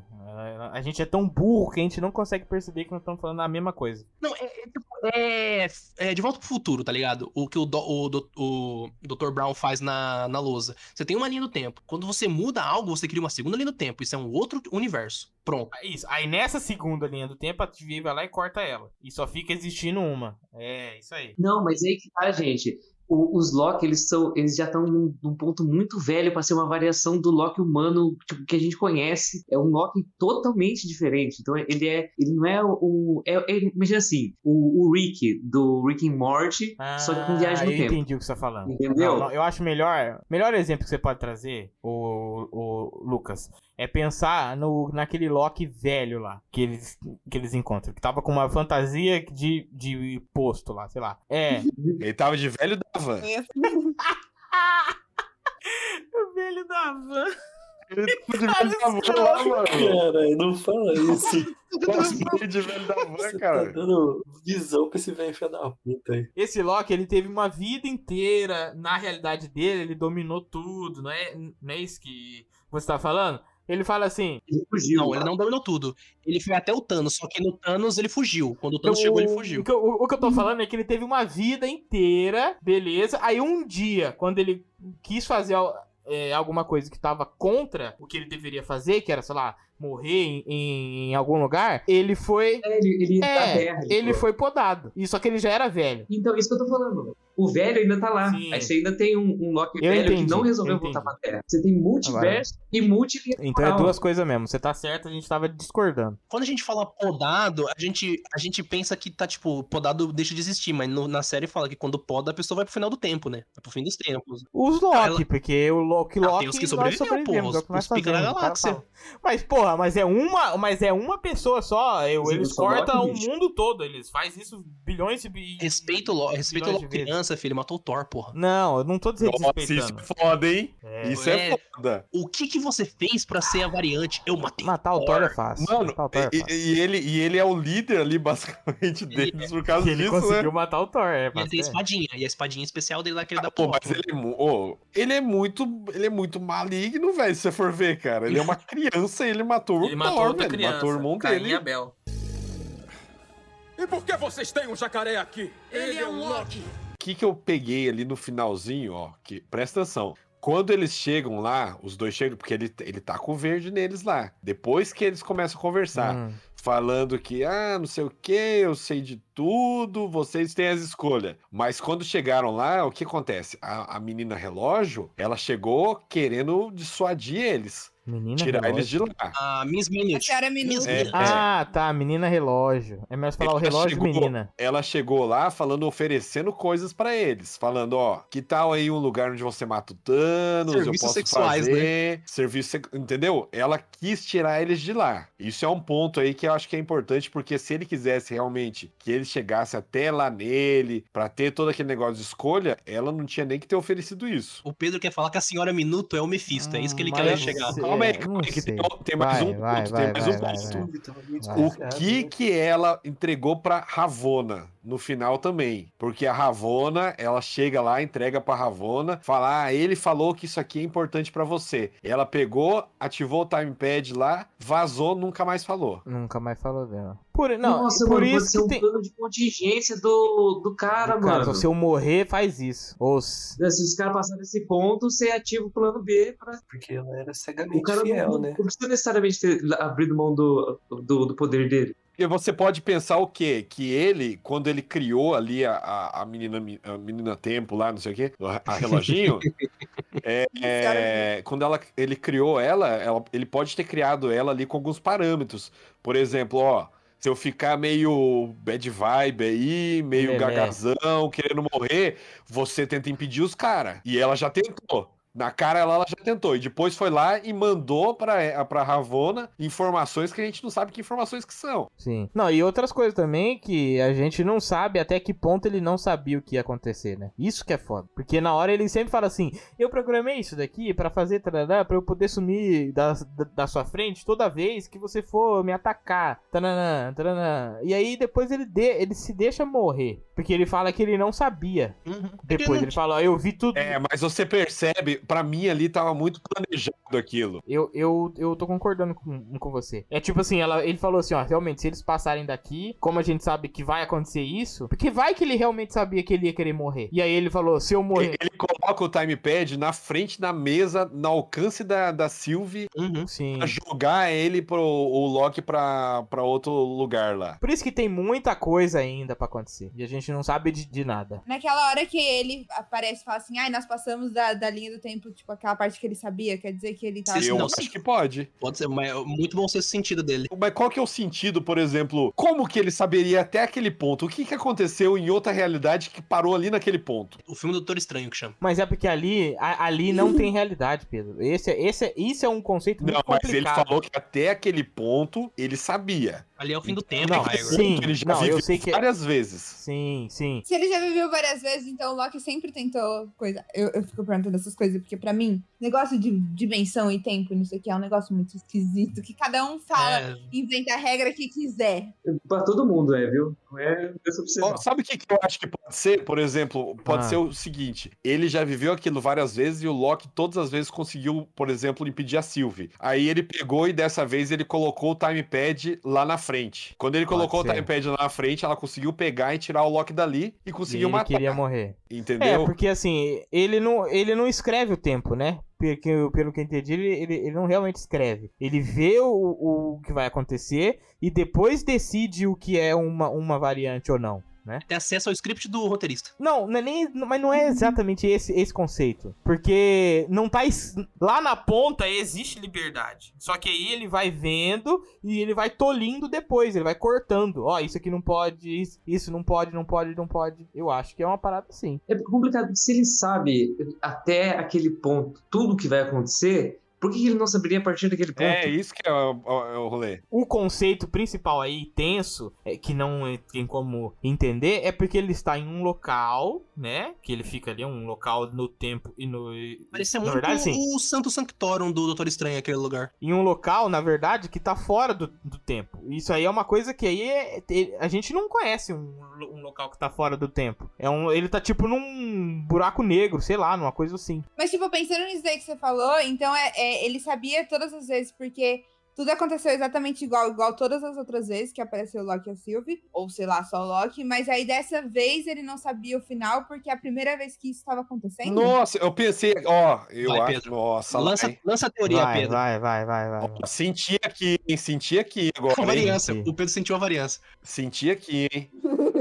A gente é tão burro que a gente não consegue perceber que nós estamos falando da mesma coisa. Não, é, é tipo, é, é de volta pro futuro, tá ligado? O que o, do, o, do- o Dr. Brown faz na, na lousa. Você tem uma linha do tempo. Quando você muda algo, você cria uma segunda linha do tempo. Isso é um outro universo. Pronto. Isso. Aí nessa segunda linha do tempo, a TVA vai lá e corta ela. E só fica existindo uma. É, isso aí. Não, mas aí que tá, gente. o- os Loki, eles são, eles já estão num, num ponto muito velho para ser uma variação do Loki humano tipo, que a gente conhece. É um Loki totalmente diferente. Então ele é, ele não é o, o- é, é- imagina assim, o, o Rick do Rick and Morty, só que com viagem no Ah, eu tempo. entendi o que você tá falando. Entendeu? Não, não, eu acho melhor. Melhor exemplo que você pode trazer, o, o Lucas, é pensar no, naquele Loki velho lá que eles, que eles encontram. Que tava com uma fantasia de, de posto lá, sei lá. [LAUGHS] É. Ele tava de velho dava. É, o velho da van. Ele tava de velho dava lá, mano. Cara, não fala isso. Cosplay de velho dava, Você tá cara. dando visão pra esse velho filho da puta aí. Esse Loki, ele teve uma vida inteira na realidade dele, ele dominou tudo, não é, não é isso que você tá falando? Ele fala assim: Ele fugiu. Não, ele não dominou tudo. Ele foi até o Thanos, só que no Thanos ele fugiu. Quando o Thanos chegou, ele fugiu. Então, O que, eu- o que eu tô falando é que ele teve uma vida inteira, beleza. Aí um dia, quando ele quis fazer al- é, alguma coisa que tava contra o que ele deveria fazer, que era, sei lá, morrer em- em- em algum lugar, ele foi. Ele, ele tá É, velho. ele foi podado. E só que ele já era velho. Então, isso que eu tô falando. O velho ainda tá lá. Sim. Aí você ainda tem um, um Loki Eu velho entendi, que não resolveu eu voltar entendi. pra Terra. Você tem multiverso e multi Então é temporal. duas coisas mesmo. Você tá certo, a gente tava discordando. Quando a gente fala podado, a gente, a gente pensa que tá, tipo, podado deixa de existir, mas no- na série fala que quando poda, a pessoa vai pro final do tempo, né? Vai pro fim dos tempos. Os Ah, Loki, ela- porque o Loki, Ah, Loki tem os que nós sobreviveu, sobrevivemos, porra, é o que nós os pica da fazemos, o cara galáxia. fala. Mas, porra, mas é uma, mas é uma pessoa só. eu- Mas eles eles são cortam Loki, o bicho. mundo todo. Eles fazem isso bilhões e bi- Respeita o Loki, respeita o bilhões de Loki né? vezes. criança, filho, matou o Thor, porra. Não, eu não tô Nossa, isso tá desrespeitando. é foda, hein? É, Isso é É. foda. O que que você fez pra ser a variante? Eu matei. matar o Thor é fácil. Mano, matar o Thor é e, fácil. e- e ele, e ele é o líder ali, [LAUGHS] basicamente, deles, por causa Que ele disso, né? conseguiu matar o Thor, é E ele tem a bastante. espadinha, e a espadinha especial dele lá que ele dá Pô, pro mas Loki. ele, é mu- ô, ele é muito. Ele é muito maligno, velho, se você for ver, cara. Ele é [LAUGHS] uma criança e ele matou Ele o matou Thor, outra velho. criança. Matou o irmão Tá Caim e dele. Abel. E por que vocês têm um jacaré aqui? Ele, é um Loki. O que, que eu peguei ali no finalzinho, ó? Que, presta atenção. Quando eles chegam lá, os dois chegam, porque ele, ele tá com o verde neles lá. Depois que eles começam a conversar. Hum. falando que, ah, não sei o que, eu sei de tudo, vocês têm as escolhas. Mas quando chegaram lá, o que acontece? A, a menina relógio, ela chegou querendo dissuadir eles, Menina tirar relógio. eles de lá. A Miss A Minute. senhora Miss Minuto. É. Minute. Ah, tá, menina relógio. É melhor falar o Ele tá relógio chegou- menina. Ela chegou lá falando, oferecendo coisas pra eles, falando, ó, que tal aí um lugar onde você mata o Thanos, Serviços eu posso sexuais, né? fazer, serviço, sex- entendeu? Ela quis tirar eles de lá. Isso é um ponto aí que eu acho que é importante, porque se ele quisesse realmente que ele chegasse até lá nele, pra ter todo aquele negócio de escolha, ela não tinha nem que ter oferecido isso. O Pedro quer falar que a senhora Minuto é o Mephisto, é isso Hum, que ele quer Hum, Mas- chegar. Sei, Calma aí, não é, calma aí, que tem, sei. tem mais Vai, um vai, ponto, vai, tem mais vai, um vai, ponto. vai. Ah, O é que que ela entregou pra Ravona no final também? Porque a Ravona, ela chega lá, entrega pra Ravona, fala: "Ah, ele falou que isso aqui é importante pra você". Ela pegou, ativou o timepad lá, vazou, nunca mais falou. Nunca mais falou dela. Por, não, Nossa, por mano, pode isso ser que um tem. plano de contingência do, do cara, Cara, mano. se eu morrer, faz isso. Ou se- Se os caras passarem desse ponto, você ativa o plano B pra Porque ela era O cegamente cara fiel, não, né? não precisa necessariamente ter abrido mão do, do, do poder dele. E você pode pensar o quê? Que ele, quando ele criou ali a, a, a menina a menina tempo lá, não sei o quê, a, a reloginho, assim, É, quando ela, ele criou ela, ela- ele pode ter criado ela ali com alguns parâmetros. Por exemplo, ó, se eu ficar meio bad vibe aí, meio Lelé. gagazão, querendo morrer, você tenta impedir os caras. E ela já tentou. Na cara ela, ela já tentou. E depois foi lá e mandou pra, pra Ravona informações que a gente não sabe que informações que são. Sim. Não, e outras coisas também que a gente não sabe até que ponto ele não sabia o que ia acontecer, né? Isso que é foda. Porque na hora ele sempre fala assim: eu programei isso daqui pra fazer tarará, pra eu poder sumir da, da, da sua frente toda vez que você for me atacar. Taranã, taranã. E aí depois ele, de, ele se deixa morrer. Porque ele fala que ele não sabia. Uhum. Depois ele fala: ó, eu vi tudo. É, mas você percebe, pra mim ali tava muito planejado aquilo. Eu, eu, eu tô concordando com, com você. É tipo assim, ela, ele falou assim, ó, realmente, se eles passarem daqui, como a gente sabe que vai acontecer isso, porque vai que ele realmente sabia que ele ia querer morrer. E aí ele falou, se eu morrer. Ele coloca coloca o timepad na frente da mesa, no alcance da, da Sylvie, Uhum. Sim. pra jogar ele pro o Loki pra, pra outro lugar lá. Por isso que tem muita coisa ainda pra acontecer. E a gente não sabe de, de nada. Naquela hora que ele aparece e fala assim, ai, nós passamos da, da linha do tempo, tipo, aquela parte que ele sabia, quer dizer que ele tava... Sim, Eu não, acho sim. que pode. Pode ser, mas é muito bom ser esse sentido dele. Mas qual que é o sentido, por exemplo? Como que ele saberia até aquele ponto? O que, que aconteceu em outra realidade que parou ali naquele ponto? O filme do Doutor Estranho que chama. Mas é porque ali, a- ali não tem realidade, Pedro. Esse, é- esse, é- isso é um conceito Não, muito mas ele complicado. falou que até aquele ponto ele sabia. Ali é o fim do tempo, Não, Raigor. sim. ele já não, eu viveu sei que- várias vezes. Sim, sim. Se ele já viveu várias vezes, então o Loki sempre tentou coisa. Eu, eu fico perguntando essas coisas, porque pra mim, negócio de dimensão e tempo e não sei o que é um negócio muito esquisito, que cada um fala, É, inventa a regra que quiser. Pra todo mundo é, viu? Não é dessa opção. Ó, Sabe o que, que eu acho que pode ser? Por exemplo, pode Ah. ser o seguinte: ele já viveu aquilo várias vezes e o Loki todas as vezes conseguiu, por exemplo, impedir a Sylvie. Aí ele pegou e dessa vez ele colocou o timepad lá na frente. Quando ele Pode colocou ser. o timepad lá na frente, ela conseguiu pegar e tirar o Loki dali e E conseguiu ele matar. queria morrer. É, Entendeu? porque assim, ele não, ele não escreve o tempo, né? Porque, pelo que eu entendi, ele, ele, ele não realmente escreve. Ele vê o, o que vai acontecer e depois decide o que é uma, uma variante ou não. Tem acesso ao script do roteirista. Não, não é nem, mas não é exatamente esse, esse conceito. Porque não tá. es- Lá na ponta existe liberdade. Só que aí ele vai vendo e ele vai tolindo depois, ele vai cortando. Ó, isso aqui não pode, isso- isso não pode, não pode, não pode. Eu acho que é uma parada assim. É complicado. Se ele sabe até aquele ponto tudo o que vai acontecer, por que ele não saberia a partir daquele ponto? É, isso que é o, é o rolê. O conceito principal aí, tenso, é, que não é- tem como entender, é porque ele está em um local, né? Que ele fica ali, um local no tempo e no. Parecia na é muito verdade, sim. o Santo Sanctorum do Doutor Estranho, aquele lugar. em um local, na verdade, que tá fora do, do tempo. Isso aí é uma coisa que aí é- te- a gente não conhece um, lo- um local que tá fora do tempo. É um, ele tá tipo num buraco negro, sei lá, numa coisa assim. Mas, tipo, pensando nisso aí que você falou, então é, é- ele sabia todas as vezes, porque tudo aconteceu exatamente igual, igual todas as outras vezes que apareceu o Loki e a Sylvie, ou sei lá, só o Loki, mas aí dessa vez ele não sabia o final, porque é a primeira vez que isso estava acontecendo. Nossa, eu pensei, ó, eu Vai, acho. Pedro. Nossa, Lança, vai. lança a teoria, Vai, Pedro. vai, vai, vai, vai. Ó, Senti aqui, hein? Senti aqui [LAUGHS] A agora. hein? variância. gente. O Pedro sentiu a variância. Senti aqui, hein?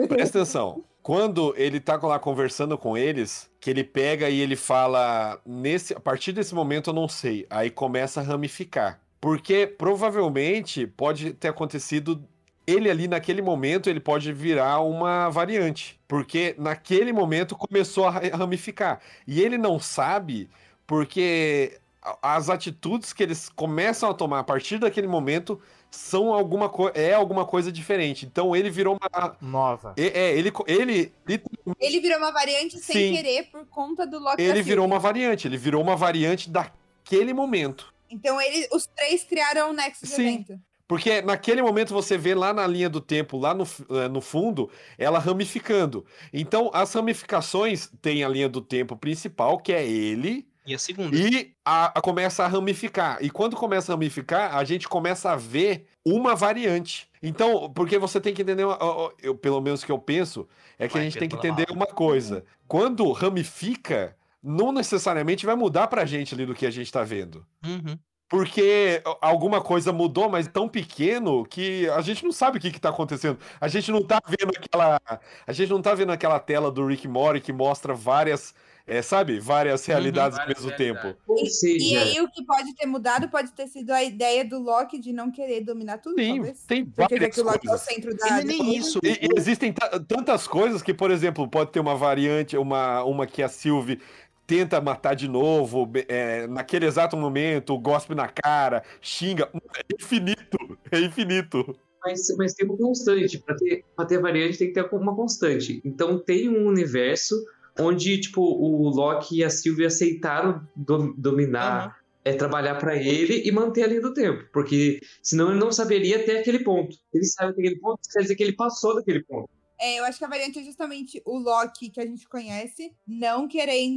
Presta atenção. Quando ele tá lá conversando com eles, que ele pega e ele fala: nesse, a partir desse momento eu não sei. Aí começa a ramificar. Porque provavelmente pode ter acontecido. Ele ali naquele momento ele pode virar uma variante. Porque naquele momento começou a ra- ramificar. E ele não sabe porque a- as atitudes que eles começam a tomar a partir daquele momento são alguma coisa é alguma coisa diferente. Então ele virou uma Nova. é, é, ele co- ele ele, Ele virou uma variante sem Sim. querer por conta do Loki. e da ele virou Sylvie. uma variante, ele virou uma variante daquele momento. Então ele, os três criaram o Nexus Sim. evento. Porque é, naquele momento você vê lá na linha do tempo, lá no, f- eh, no fundo, ela ramificando. Então, as ramificações tem a linha do tempo principal, que é ele, E a segunda. E a- a- começa a ramificar. E quando começa a ramificar, a gente começa a ver uma variante. Então, porque você tem que entender, uma- ó, ó, eu, pelo menos que eu penso, é que Vai, a gente tem que Pedro, entender uma coisa. Quando ramifica, não necessariamente vai mudar pra gente ali do que a gente tá vendo. Uhum. Porque ó, alguma coisa mudou, mas tão pequeno que a gente não sabe o que, que tá acontecendo. A gente não tá vendo aquela. A gente não tá vendo aquela tela do Rick Mori que mostra várias. eh, sabe? Várias realidades várias ao mesmo realidades. tempo. Ou E seja, é. aí o que pode ter mudado pode ter sido a ideia do Loki de não querer dominar tudo, Sim, talvez. tem Porque já várias que o Loki é o coisas. centro E não da... é nem isso. E- e existem ta- tantas coisas que, por exemplo, pode ter uma variante, uma, uma que a Sylvie tenta matar de novo, be- é, naquele exato momento, gospe na cara, xinga. É infinito, é infinito. mas, mas tem uma constante. Pra ter, pra ter variante tem que ter uma constante. Então tem um universo onde, tipo, o Loki e a Sylvie aceitaram dom- dominar, é trabalhar pra ele e manter a linha do tempo. Porque senão ele não saberia até aquele ponto. Ele sabe até aquele ponto, quer dizer que ele passou daquele ponto. É, eu acho que a variante é justamente o Loki que a gente conhece, não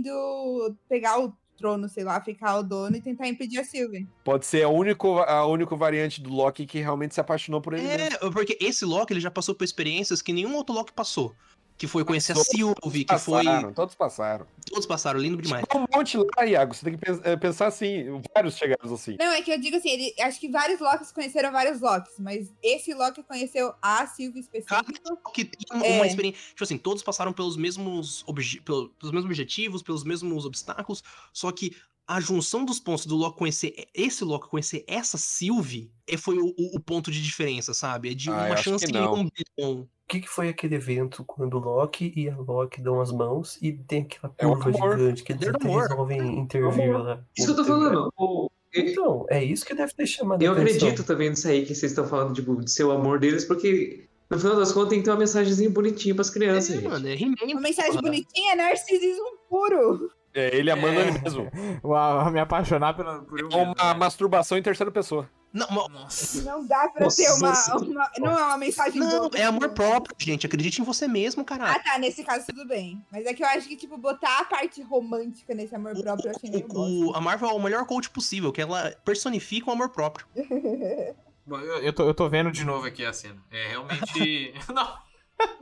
querendo pegar o trono, sei lá, ficar o dono e tentar impedir a Sylvie. Pode ser a única, a única variante do Loki que realmente se apaixonou por ele mesmo. É, porque esse Loki ele já passou por experiências que nenhum outro Loki passou. que foi conhecer a Todos Sylvie, que foi. Passaram, todos passaram. Todos passaram, lindo demais. Chegou um monte lá, Iago. Você tem que pens- eh, pensar assim, vários chegaram assim. Não, é que eu digo assim, ele, acho que vários Locks conheceram vários Locks, mas esse Loki conheceu a Sylvie Cada específica. que tem uma É. experiência. Tipo assim, todos passaram pelos mesmos, obje- pelo- pelos mesmos objetivos, pelos mesmos obstáculos, só que a junção dos pontos do Loki conhecer esse Loki, conhecer essa Sylvie, é- foi o, o- o ponto de diferença, sabe? É de Ah, eu uma acho chance que em um não. bilhão. O que, que foi aquele evento quando o Loki e a Loki dão as mãos e tem aquela É o curva amor. gigante que eles Era o até amor. resolvem intervir lá? Isso que eu tô falando. o- Então, é isso que deve ter chamado Eu a atenção. acredito também nisso aí que vocês estão falando, tipo, de ser o amor deles, porque no final das contas tem que ter uma mensagenzinha bonitinha pras É, crianças, gente. mano, é He-Man. Uma mensagem porra. bonitinha, narcisismo puro. É, ele amando ele [LAUGHS] mesmo. Uau, me apaixonar pela, por um. É uma masturbação em terceira pessoa. Não, mas- Nossa. Não dá pra Nossa, ter uma, sim. uma- Não é uma mensagem não, boa. é amor próprio, gente. Acredite em você mesmo, caralho. Ah, tá, nesse caso tudo bem. Mas é que eu acho que, tipo, botar a parte romântica [LAUGHS] nesse amor próprio eu achei meio O- bom. o- a Marvel é o melhor coach possível, que ela personifica o amor próprio. [LAUGHS] Bom, eu, eu tô, eu tô vendo de novo aqui a cena. É [LAUGHS] realmente. Não,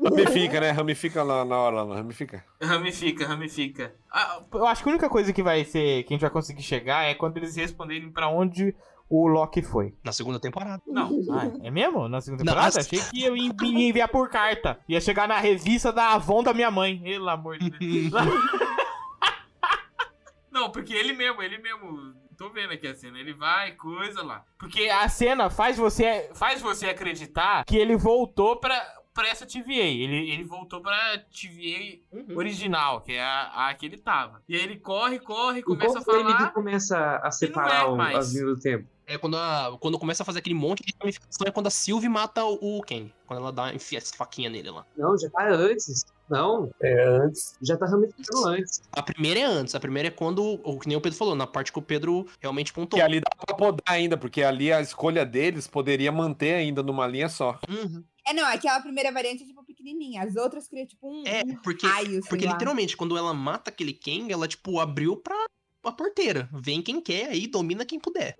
Ramifica, né? Ramifica na, na hora lá, ramifica. ramifica, ramifica. Ah, eu acho que a única coisa que vai ser. que a gente vai conseguir chegar é quando eles responderem pra onde o Loki foi. Na [LAUGHS] segunda temporada. Não. é mesmo? Na segunda temporada? Nossa. Achei que ia en- ia enviar por carta. Ia chegar na revista da Avon da minha mãe. Pelo amor de [LAUGHS] Deus. Não, porque ele mesmo, ele mesmo. Tô vendo aqui a cena. Ele vai, coisa lá. Porque a cena faz você, faz você acreditar que ele voltou pra, pra essa TVA. Ele, ele voltou pra TVA original, que é a, a que ele tava. E aí ele corre, corre, E começa qual a frame falar. é que começa a separar o- mais. as linhas do tempo? É quando, a- quando começa a fazer aquele monte de ramificação, é quando a Sylvie mata o, o Kang. Quando ela dá, enfia essa faquinha nele lá. Não, já tá antes. Não, É, antes. já tá ramificando antes. A primeira é antes, a primeira é quando, o que nem o Pedro falou, na parte que o Pedro realmente pontuou. Que ali dá pra podar ainda, porque ali a escolha deles poderia manter ainda numa linha só. Uhum. É, não, aquela primeira variante é, tipo, pequenininha. As outras criam, tipo, um, É, um porque, raio, sei porque lá. literalmente, quando ela mata aquele Kang, ela, tipo, abriu pra a porteira. Vem quem quer aí, domina quem puder.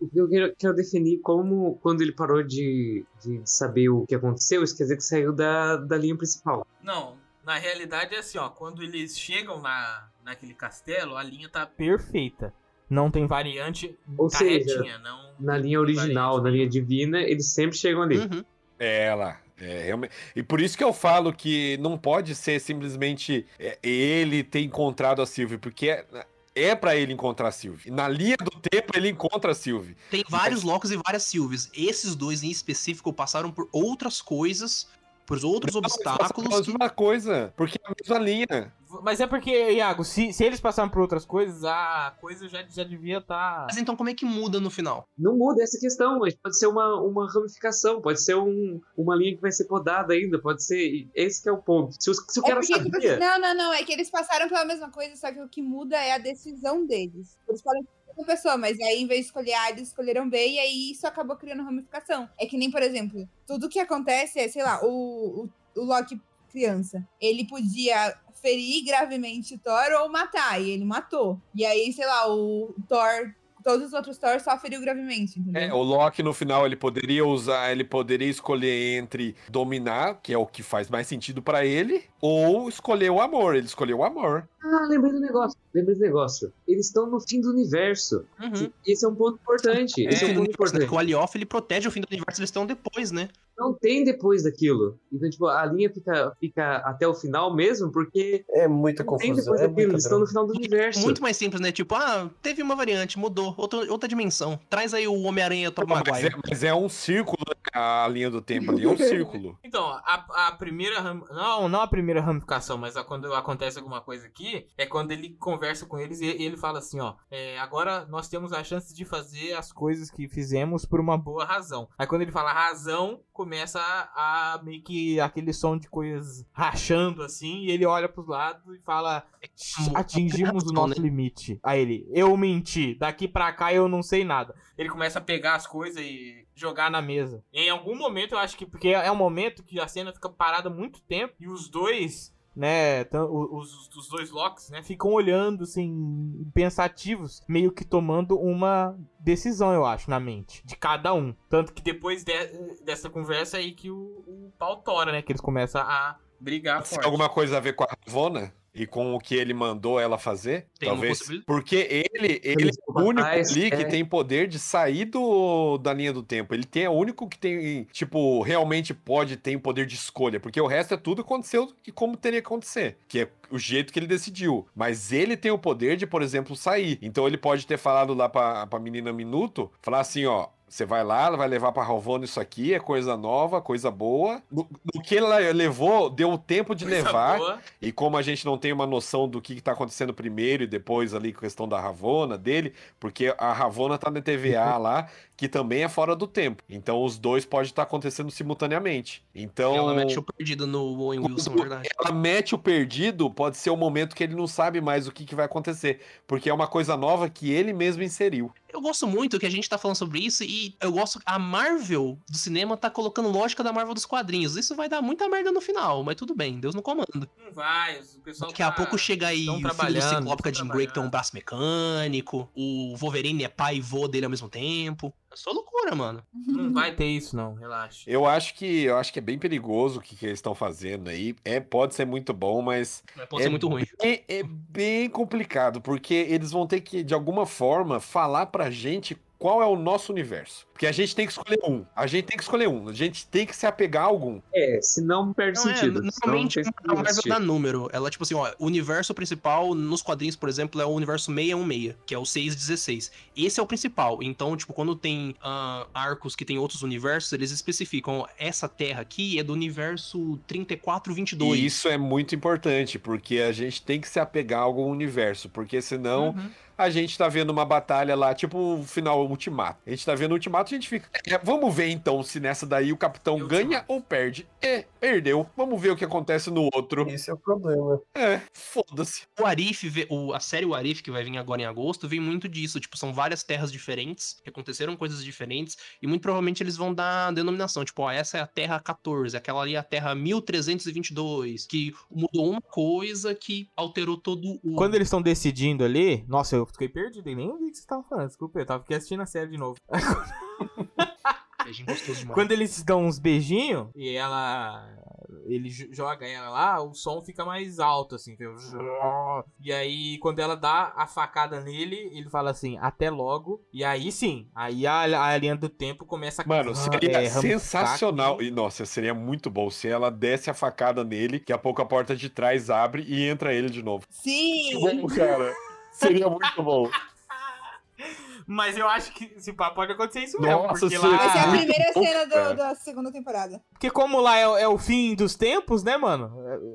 O que eu quero, quero definir como quando ele parou de, de saber o que aconteceu, isso quer dizer que saiu da, da linha principal. Não, na realidade é assim, ó. Quando eles chegam na, naquele castelo, a linha tá, Perfeita. Não tem variante. Ou tá seja, retinha, não. na linha original, na linha divina, eles sempre chegam ali. Uhum. É, lá. É, realmente. E por isso que eu falo que não pode ser simplesmente é, ele ter encontrado a Sylvie, porque é, é para ele encontrar a Sylvie. Na linha do tempo ele encontra a Sylvie. Tem vários Locos e várias Sylvies. Esses dois em específico passaram por outras coisas, por outros Não, eles passaram pela obstáculos. mesma coisa, porque é a mesma linha. Mas é porque, Iago, se, se eles passaram por outras coisas, a coisa já, já devia tá estar. Mas então como é que muda no final? Não muda essa questão, mas pode ser uma, uma ramificação, pode ser um, uma linha que vai ser podada ainda, pode ser. Esse que é o ponto. Se, os- se o É cara porque, tipo assim, sabia. não, não, não. É que eles passaram pela mesma coisa, só que o que muda é a decisão deles. Eles podem escolher uma pessoa, mas aí, em vez de escolher A, eles escolheram B, e aí isso acabou criando ramificação. É que nem, por exemplo, tudo que acontece é, sei lá, o, o, o Loki criança. Ele podia ferir gravemente o Thor ou matar, e ele matou. E aí, sei lá, o Thor. Todos os outros Thor só feriu gravemente, entendeu? É, o Loki no final ele poderia usar, ele poderia escolher entre dominar, que é o que faz mais sentido pra ele, ou escolher o amor. Ele escolheu o amor. Ah, lembrei do negócio. Lembrei do negócio. Eles estão no fim do universo. Uhum. Esse é um ponto importante. Esse é um É, ponto universo, né? importante. Porque o Alioth, ele protege o fim do universo, eles estão depois, né? Não tem depois daquilo. Então, tipo, a linha fica, fica até o final mesmo, porque É muita não tem confusão. depois É daquilo. muita Eles estão no drama. final do universo. Muito mais simples, né? Tipo, ah, teve uma variante, mudou, outra, outra dimensão. Traz aí o Homem-Aranha Top Mas é, Maguire. mas é um círculo, né? a linha do tempo ali, é um círculo. Então, a, a primeira. ram- Não, não a primeira ramificação, mas a- quando acontece alguma coisa aqui, é quando ele conversa com eles e e ele fala assim: ó, é, agora nós temos a chance de fazer as coisas que fizemos por uma boa razão. Aí quando ele fala razão, começa a, a meio que aquele som de coisas rachando assim, e ele olha pros lados e fala: atingimos o nosso limite. Aí ele, eu menti, daqui pra cá eu não sei nada. Ele começa a pegar as coisas e jogar na mesa. Em algum momento, eu acho que. Porque é um momento que a cena fica parada muito tempo e os dois. Né, tão- o- os, os dois Locks, né, ficam olhando, assim, pensativos, meio que tomando uma decisão, eu acho, na mente, de cada um. Tanto que depois de- dessa conversa aí que o, o pau tora, né, que eles começam a, Brigar Tem forte. alguma coisa a ver com a Ravona e com o que ele mandou ela fazer? Tem uma talvez. possibilidade. Porque ele, ele é o Desculpa, único mas ali que é- tem poder de sair do, da linha do tempo. Ele tem, é o único que tem, tipo, realmente pode ter um poder de escolha. Porque o resto é tudo aconteceu e como teria que acontecer. Que é o jeito que ele decidiu. Mas ele tem o poder de, por exemplo, sair. Então ele pode ter falado lá pra, pra menina Minuto, falar assim, ó. Você vai lá, ela vai levar pra Ravona isso aqui, é coisa nova, coisa boa. No, no que ela levou, deu o tempo de Coisa levar. boa. E como a gente não tem uma noção do que está acontecendo primeiro e depois ali com a questão da Ravona dele, porque a Ravona tá na TVA Uhum. lá, que também é fora do tempo. Então os dois podem estar acontecendo simultaneamente. Então Ela mete o perdido no Owen Wilson, Quando verdade. ela mete o perdido, pode ser o momento que ele não sabe mais o que, que vai acontecer, porque é uma coisa nova que ele mesmo inseriu. Eu gosto muito que a gente tá falando sobre isso e eu gosto. A Marvel do cinema tá colocando lógica da Marvel dos quadrinhos. Isso vai dar muita merda no final, mas tudo bem, Deus no comando. Não vai, o pessoal Daqui a tá- pouco chega aí tão o filho do trabalhando, Ciclópica tão Jim Gray que tem um trabalhando. braço mecânico, o Wolverine é pai e vô dele ao mesmo tempo. É só loucura, mano. Não vai ter isso, não, relaxa. Eu acho que eu acho que é bem perigoso o que, que eles estão fazendo aí. É, pode ser muito bom, mas Pode ser É muito ruim. É, é bem complicado, porque eles vão ter que, de alguma forma, falar pra gente qual é o nosso universo. Porque a gente tem que escolher um. A gente tem que escolher um. A gente tem que se apegar a algum. É, senão perde Não, é, sentido. senão normalmente tá não tem a Marvel sentido. dá número. Ela, tipo assim, ó, o universo principal nos quadrinhos, por exemplo, é o universo 616, que é o 616. Esse é o principal. Então, tipo, quando tem ah, arcos que tem outros universos, eles especificam, ó, essa terra aqui é do universo 3422. E isso é muito importante, porque a gente tem que se apegar a algum universo. Porque senão Uhum. a gente tá vendo uma batalha lá, tipo o final Ultimato. A gente tá vendo o Ultimato e a gente fica. "É, vamos ver então se nessa daí o capitão E o ganha Ultimato? ou perde. É, perdeu. Vamos ver o que acontece no outro. Esse é o problema. É, foda-se. O Arif, vê- o- a série O Arif, que vai vir agora em agosto, vem muito disso. Tipo, são várias terras diferentes, que aconteceram coisas diferentes, e muito provavelmente eles vão dar denominação. Tipo, ó, essa é a Terra 14, aquela ali é a Terra 1322, que mudou uma coisa que alterou todo o. Quando eles estão decidindo ali, nossa, eu fiquei perdido e nem ouvi o que vocês estavam falando. Desculpa, eu tava aqui assistindo a série de novo. A gente gostoso demais. Quando eles dão uns beijinhos e ela. Ele jo- joga ela lá, o som fica mais alto, assim. Tem... um E aí, quando ela dá a facada nele, ele fala assim, até logo. E aí sim, aí a, a linha do tempo começa a. Mano, Ah, seria é, sensacional. Rambo- E, nossa, seria muito bom se ela desse a facada nele, que a pouco a porta de trás abre e entra ele de novo. [LAUGHS] Sim! cara. Seria muito bom. Mas eu acho que esse papo pode acontecer isso Nossa, mesmo. Porque, Ah, seria Essa é a lá... muito primeira bom, cena do- cara. da segunda temporada. porque como lá é, é o fim dos tempos, né, mano?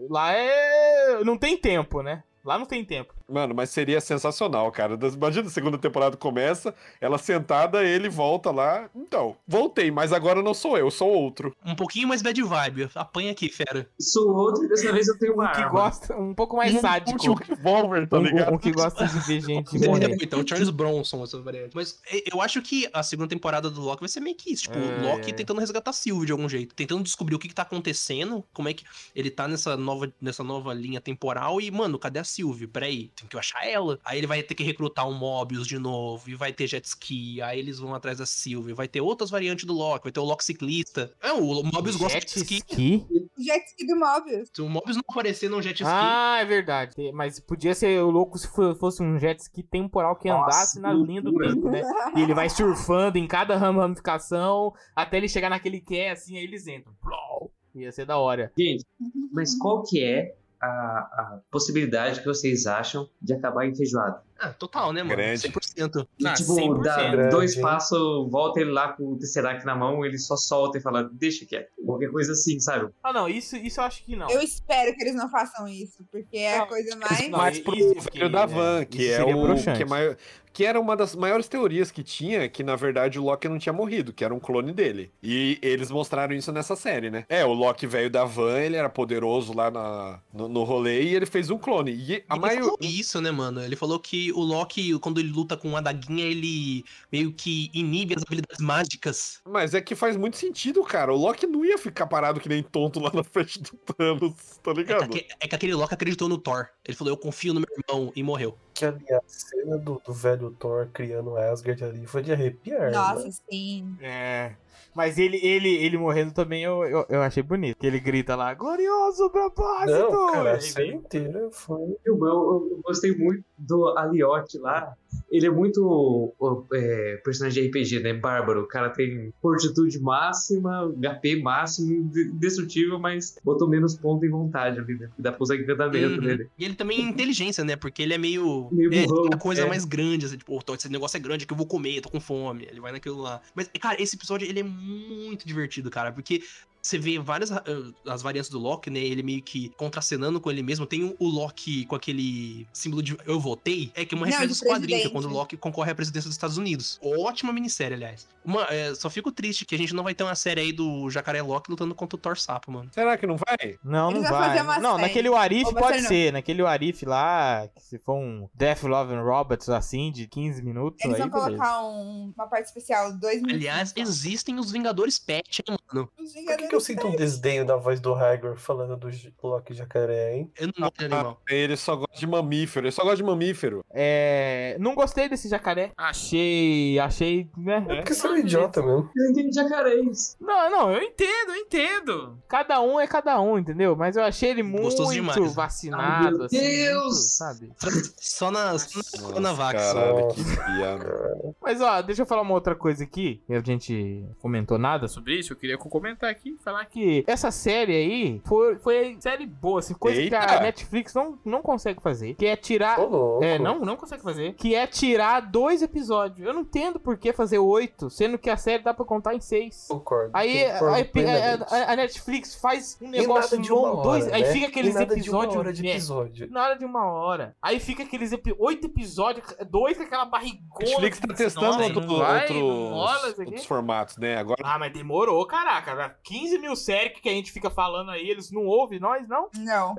Lá é. Não tem tempo, né? Lá não tem tempo. Mano, mas seria sensacional, cara. Das- Imagina, a segunda temporada começa, ela sentada, ele volta lá. Então, voltei, mas agora não sou eu, sou outro. Um pouquinho mais bad vibe. Apanha aqui, fera. Sou outro e dessa vez eu tenho uma Que arma. gosta, um pouco mais sádico. Puxa o revólver, tá Um- ligado? um que gosta de ver gente Ou morrer. Então, Charles Bronson, essa variante. Mas é, eu acho que a segunda temporada do Loki vai ser meio que isso. Tipo, É, o Loki é. tentando resgatar a Sylvie de algum jeito. Tentando descobrir o que, que tá acontecendo, como é que ele tá nessa nova, nessa nova linha temporal. E, mano, cadê a Sylvie? Peraí, tem que eu achar ela. Aí ele vai ter que recrutar um Mobius de novo. E vai ter jet ski. Aí eles vão atrás da Sylvie. Vai ter outras variantes do Loki. Vai ter o Loki ciclista. É, o Mobius gosta de Jet jet ski. ski? Jet ski do Mobius. Se o Mobius não aparecer num jet ski. Ah, é verdade. Tem- Mas podia ser o louco se fo- fosse um jet ski temporal que Nossa, andasse na linha do loucura. tempo, né? E ele vai surfando em cada ram- ramificação até ele chegar naquele que é assim, aí eles entram. Plou! Ia ser da hora. Gente, mas qual que é a, a possibilidade que vocês acham de acabar em feijoada? Ah, total, né, mano? Grande. 100%. Ah, tipo, 100%. dá dois Grande, hein? passos, volta ele lá com o Tesseract na mão, ele só solta e fala, deixa quieto. Qualquer coisa assim, sabe? Ah, não, isso, isso eu acho que não. [LAUGHS] Eu espero que eles não façam isso, porque é a Não, coisa mais. não, Mas isso pro eu velho fiquei, da né? Van, Isso que é seria o broxante. que, é mai- que era uma das maiores teorias que tinha, que na verdade o Loki não tinha morrido, que era um clone dele. E eles mostraram isso nessa série, né? É, o Loki velho da Van, ele era poderoso lá na- no, no rolê e ele fez um clone. E a Ele falou maioria. isso, né, mano? Ele falou que o Loki, quando ele luta com a daguinha, ele meio que inibe as habilidades mágicas. Mas é que faz muito sentido, cara. O Loki não ia ficar parado que nem tonto lá na frente do Thanos, tá É que, ligado? aque- é que aquele Loki acreditou no Thor. Ele falou, eu confio no meu irmão, e morreu. Que ali a cena é, do, do velho Thor criando Asgard ali foi de arrepiar. né? Nossa, sim. É. Mas ele, ele, ele morrendo também eu, eu, eu achei bonito. Que ele grita lá, glorioso propósito! Não, cara, assim, a Ele- série inteira então, é foi. filmão, eu, eu gostei muito do Aliotti lá. Ele é muito ó, é, personagem de RPG, né? Bárbaro. O cara tem fortitude máxima, HP máximo, inde- indestrutível, mas botou menos ponto em vontade ali, né? Dá pra usar encantamento Uhum. nele. E ele também é inteligência, né? Porque ele é meio. Meio é, burrão, a coisa é. mais grande, assim, tipo, "Pô, esse negócio é grande, é que eu vou comer, tô com fome. Ele vai naquilo lá. Mas, cara, esse episódio ele é muito divertido, cara, porque. Você vê várias ah, as variantes do Loki, né? Ele meio que contracenando com ele mesmo. Tem o Loki com aquele símbolo de eu votei. É que é uma Não, referência dos quadrinhos, de que é presidente. quando o Loki concorre à presidência dos Estados Unidos. Ótima minissérie, aliás. Uma, é, só fico triste que a gente não vai ter uma série aí do Jacaré Loki lutando contra o Thor Sapo, mano. Será que não vai? Não, Eles não vão vai. fazer uma Não, série. naquele Warif Ou vai pode ser, não. ser. Naquele Warif lá, que se for um Death Love and Robots assim, de 15 minutos, Eles aí vão beleza. colocar um- uma parte especial, dois minutos. Aliás, existem os Vingadores Pet, hein, mano. Os Por que, que eu sinto um desdenho na voz do Hagrid falando do J- Loki Jacaré, hein? Eu não gosto de animal. Ele só gosta de mamífero, ele só gosta de mamífero. É. Não gostei desse jacaré. Achei. Achei. Achei. né? É porque você é um idiota mesmo. Eu entendi jacarés. Não, não, eu entendo, eu entendo. Entendo. Cada um é cada um, entendeu? Mas eu achei ele muito Gostoso demais, né? vacinado, Ah, meu assim. Deus! muito, sabe? Só na, só na Coronavax. caralho, que piada. Mas ó, deixa eu falar uma outra coisa aqui, que a gente comentou nada. Sobre isso, eu queria comentar aqui, falar que que essa série aí foi, foi série boa, assim, coisa que a Eita! Netflix não, não consegue fazer, que é tirar. Ô, louco. É, não, não consegue fazer. Que é tirar dois episódios. Eu não entendo por que fazer oito, sendo que a série dá pra contar em seis. Concordo. Aí a, concordo a- plenamente. a- a Netflix faz um E nada negócio de uma longo, hora, dois. Aí né? fica aqueles E nada episódios. De uma hora de é, episódio. nada de uma hora. Aí fica aqueles epi- oito episódios, dois com aquela barrigona. Netflix tá testando Nossa, outro- não vai, não rola isso outros, aqui? outros formatos, né? Agora [LAUGHS] Ah, mas demorou, caraca. 15 mil séries que a gente fica falando aí, eles não ouvem nós, [LAUGHS] não? Não.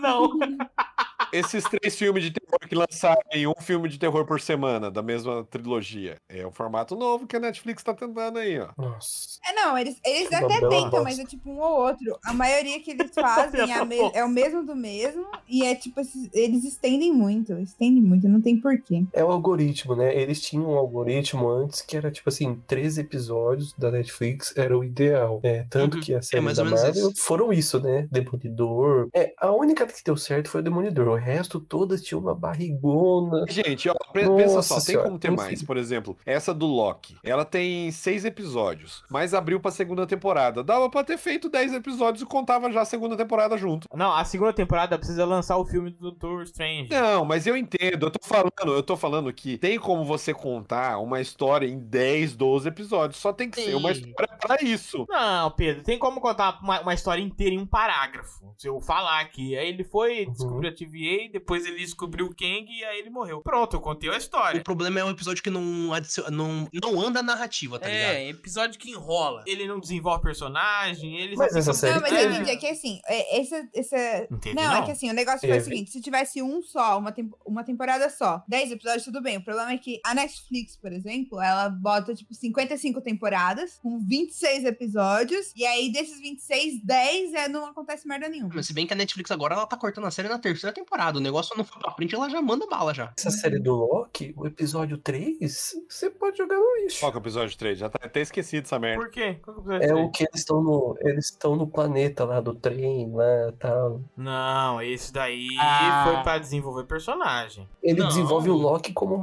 não. Esses três filmes de terror que lançaram em um filme de terror por semana, da mesma trilogia. É um formato novo que a Netflix tá tentando aí, ó. Nossa. É, não, eles, eles Uma até bela tentam, bosta. mas é tipo um ou outro. A maioria que [LAUGHS] eles fazem é, a me- é o mesmo do mesmo. E é tipo, esses- eles estendem muito, estendem muito, não tem porquê. É o algoritmo, né? Eles tinham um algoritmo antes que era tipo assim, 13 episódios da Netflix era o ideal. É, tanto Uhum. que a série mais da ou menos Marvel isso. foram isso, né? Demolidor. É, a única que deu certo foi o Demolidor. O resto todas tinham uma barrigona. Gente, ó, pre- Nossa pensa só, tem senhora, como ter enfim. mais. Por exemplo, essa do Loki. Ela tem seis episódios, mas abriu pra segunda temporada. Dava pra ter feito dez episódios e contava já a segunda temporada junto. Não, a segunda temporada precisa lançar o filme do Doutor Strange. É. Não, mas eu entendo, eu tô falando, eu tô falando que tem como você contar uma história em 10, 12 episódios. Só tem que ser uma Sim. história pra isso. Não, Pedro, tem como contar uma, uma história inteira em um parágrafo. Se eu falar aqui, aí ele foi, Uhum. descobriu a TVA, depois ele descobriu o Kang e aí ele morreu. Pronto, eu contei a história. O problema é um episódio que não, adiciona- não, não anda a narrativa, tá ligado? é episódio que enrola. Ele não desenvolve personagem, ele Mas só fica- essa série Não, mas É. eu entendi, é que assim, é, essa, essa, Não teve, Não, é que assim, o negócio foi o Teve. seguinte: se tivesse um só, uma, tempo- uma temporada só, 10 episódios, tudo bem. O problema é que a Netflix, por exemplo, ela bota, tipo, 55 temporadas, com 26 episódios, e aí desses 26, 10 é, não acontece merda nenhuma. Mas se bem que a Netflix agora ela tá cortando a série na terceira temporada. O negócio não foi pra frente, ela já manda bala já. Uhum. Essa série do Loki, o episódio 3, você pode jogar no lixo. Qual que é o episódio 3? Já tá até esquecido essa merda. Por quê? Qual que o episódio É o foi? que eles estão no. Eles estão no planeta lá do trem, lá tal. Não, esse daí Ah. foi pra desenvolver personagem. Ele Não. desenvolve o Loki como um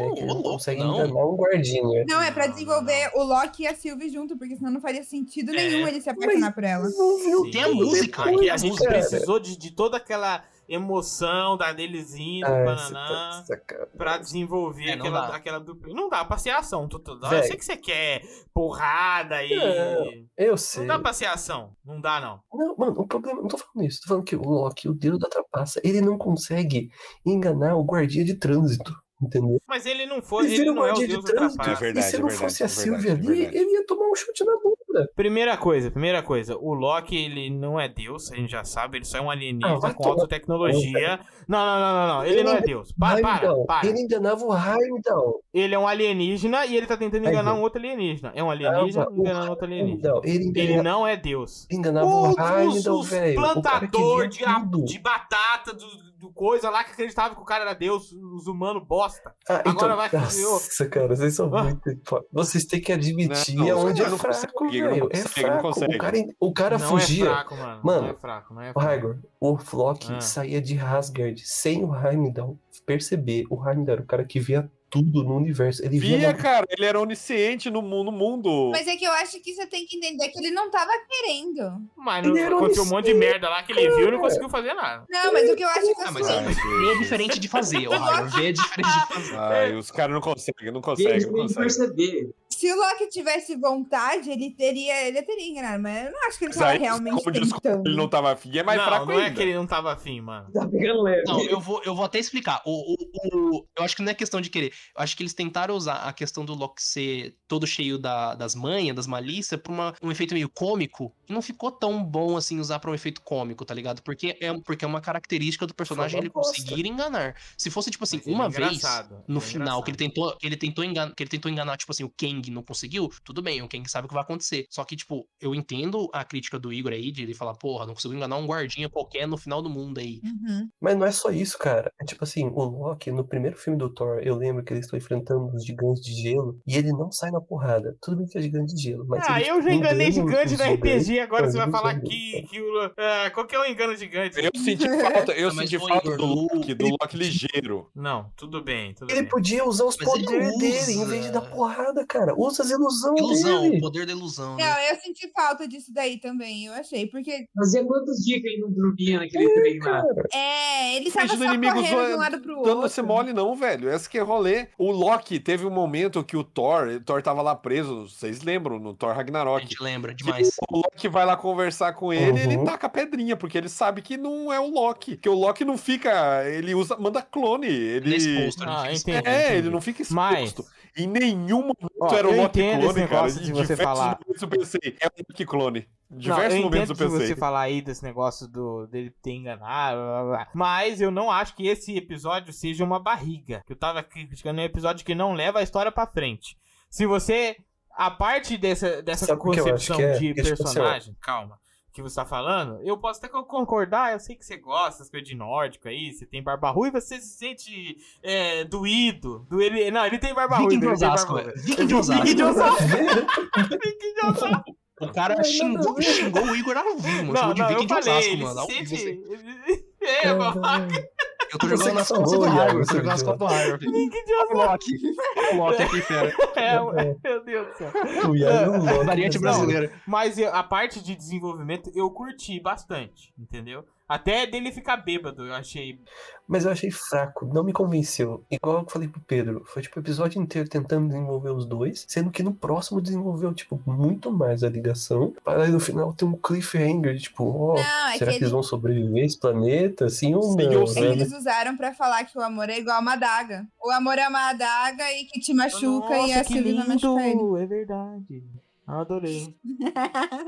Não, né? Que ele ô não louco, consegue não. enganar um guardinha. Não, é pra Não, desenvolver o Loki e a Sylvie junto, porque senão não faria sentido nenhum ele se apaixonar por ela. Não viu Sim. Tem a Sim. música, Depois, Aqui tem a a gente música. cara. precisou de, de toda aquela emoção da deles indo, Ah, você tá bananã. de sacanagem. Pra desenvolver É, não aquela, dá. aquela dupla. Não dá pra ser ação tu- tu- Eu Véi. sei que você quer porrada e. É, Eu sei. Não dá pra ser ação. Não dá, não. Não, mano, o problema. Não tô falando isso. Tô falando que o Loki, o dedo da trapaça, ele não consegue enganar o guardia de trânsito. Entendeu? Mas ele não foi. Ele vira o não é o guardia de deus da trânsito. trapaça. É verdade. e se não é fosse a verdade, é Sylvia verdade, é ali, verdade. ele ia tomar um chute na bunda. Primeira coisa, primeira coisa. O Loki, ele não é deus, a gente já sabe. Ele só é um Ah, alienígena vai com tomar- alta tecnologia. Não, não, não, não, não. Ele Ele não é ainda- deus. Para, para, Heimdall, para. então, Ele enganava o então. Heimdall. Ele é um alienígena e ele tá tentando Aí, enganar velho. um outro alienígena. É um alienígena Ah, o enganando outro alienígena. Heimdall, Então, Ele Ele engana- não é deus. enganava o Os, os- Heimdall, os então, velho. O cara que plantador via de, a- tudo. de batata do, do do coisa lá que acreditava que o cara era Deus, os humanos bosta. Ah, então, Agora vai fazer o- nossa, cara, vocês são Ah. muito... hipó- Vocês têm que admitir Não, não, aonde eu é não fraco, consigo, eu não velho. É consigo, eu não fraco. O consigo. cara, o cara não fugia. é fraco, mano. Mano, Não é fraco, não é O fraco. Raigor, o Flock Ah. saía de Asgard sem o Heimdall perceber. O Heimdall era o cara que via tudo no universo. Ele é via, Via, na- cara, ele era onisciente no mu- no mundo. Mas é que eu acho que você tem que entender que ele não tava querendo. Mas Ele era não, um aconteceu um monte de merda lá que ele viu e não cara. conseguiu fazer nada. Não, mas o que eu acho que Ah, assim, mas Ver é diferente de [LAUGHS] fazer, o Raio. Ver é diferente de fazer. Ai, os caras não conseguem, não conseguem, Eles não têm que conseguem. perceber. se o Loki tivesse vontade, ele teria, ele teria enganado, mas eu não acho que ele Mas tava aí, realmente como desculpa, tentando. ele não tava afim, é mais não, fraco não é ainda. que ele não tava afim, mano. Tá pegando leve. Não, eu vou, eu vou até explicar. O, o- o- eu acho que não é questão de querer. Eu acho que eles tentaram usar a questão do Loki ser todo cheio da- das manhas, das malícias, pra uma- um efeito meio cômico. E não ficou tão bom assim usar pra um efeito cômico, tá ligado? Porque é, porque é uma característica do personagem uma ele bosta. conseguir enganar. Se fosse, tipo assim, Mas ele é uma vez. engraçado, ele No é final, que ele engraçado. tentou, que ele tentou enganar, que ele tentou enganar, tipo assim, o Kang não conseguiu, tudo bem, o Kang sabe o que vai acontecer. Só que, tipo, eu entendo a crítica do Igor aí, de ele falar, porra, não conseguiu enganar um guardinha qualquer no final do mundo aí. Uhum. Mas não é só isso, cara. É tipo assim, o Loki, no primeiro filme do Thor, eu lembro que eles estão enfrentando os gigantes de gelo e ele não sai na porrada. Tudo bem que é gigante de gelo, mas. Ah, ele eu já enganei engana gigante os na gigantes. RPG, agora você vai Ele falar engana. que, que o. Ah, qual que é o engano gigante? Eu [LAUGHS] senti falta, eu Ah, mas senti o falta do Igor, Loki, do Loki ligeiro. Não, tudo bem, tudo Ele bem. podia usar os Mas ele poderes dele em vez de dar usa. porrada, cara. Usa as ilusões Ilusão, o dele. poder da ilusão. Né? Não, eu senti falta disso daí também, eu achei, porque Fazia quantos dias que ele não dormia naquele trem lá? [LAUGHS] Cara, é, ele Mas tava os só inimigos correndo de zoam- um lado pro outro. Dando esse mole, Então não, velho. Essa que é rolê. O Loki teve um momento que o Thor, o Thor tava lá preso, vocês lembram, no Thor A Ragnarok. gente lembra demais. Que O Loki vai lá conversar com ele e ele Uhum. taca a pedrinha, porque ele sabe que não é o Loki. Que o Loki não fica. Ele usa. Manda clone. Ele. Nesse né? posto, a gente Ah, fez. entendi. É, ele não fica exposto. Mas. Em nenhum momento Ó, era o eu Loki entendo clone, esse cara. negócio Em de você diversos falar- momentos eu pensei, é o Loki clone. Em Não, Diversos eu momentos eu entendo que pensei. você falar aí desse negócio do, dele ter enganado, blá, blá, blá. mas eu não acho que esse episódio seja uma barriga. Que eu tava criticando um episódio que não leva a história pra frente. Se você. A parte dessa, dessa Sabe o que eu acho concepção que é? de Que, tipo assim, ó. personagem, calma, que você tá falando, eu posso até concordar, eu sei que você gosta das coisas de nórdico aí, você tem barba ruiva, você se sente é, doído. Do ele, não, ele tem barba ruiva. Viking de ele tem Osasco, barba velho. ruiva. Viking de Viking de Osasco. é [LAUGHS] Osasco. Viking de Osasco. O cara xingou, xingou o Igor ao vivo, mano. Não, Chamou de não, eu Viking de falei, Osasco, ele um mano. ao se vivo, assim. sente... [LAUGHS] É, babaca, Eu tô Você jogando que nas falou, costas do Raio, eu Iago, tô seu jogando nas costas do Raio. filho. Viking de É Olha o Loki. Olha o Loki [LAUGHS] aqui, fera. Osasco. É, Meu Deus do céu. O Iago é um Loki Variante brasileiro. brasileira. Mas eu- a parte de desenvolvimento eu curti bastante, entendeu? Até dele ficar bêbado, eu achei. Mas eu achei fraco, não me convenceu. Igual eu falei pro Pedro, foi tipo o episódio inteiro tentando desenvolver os dois, sendo que no próximo desenvolveu, tipo, muito mais a ligação. Para aí no final ter um cliffhanger, tipo, ó, Não, é que será que eles ele- vão sobreviver a esse planeta? Sim ou Sim não? ou É sim. que né? eles usaram pra falar que o amor é igual a uma adaga. O amor é uma adaga e que te machuca e Nossa, a que Silvia não machuca ele. lindo, É verdade. Adorei. [LAUGHS]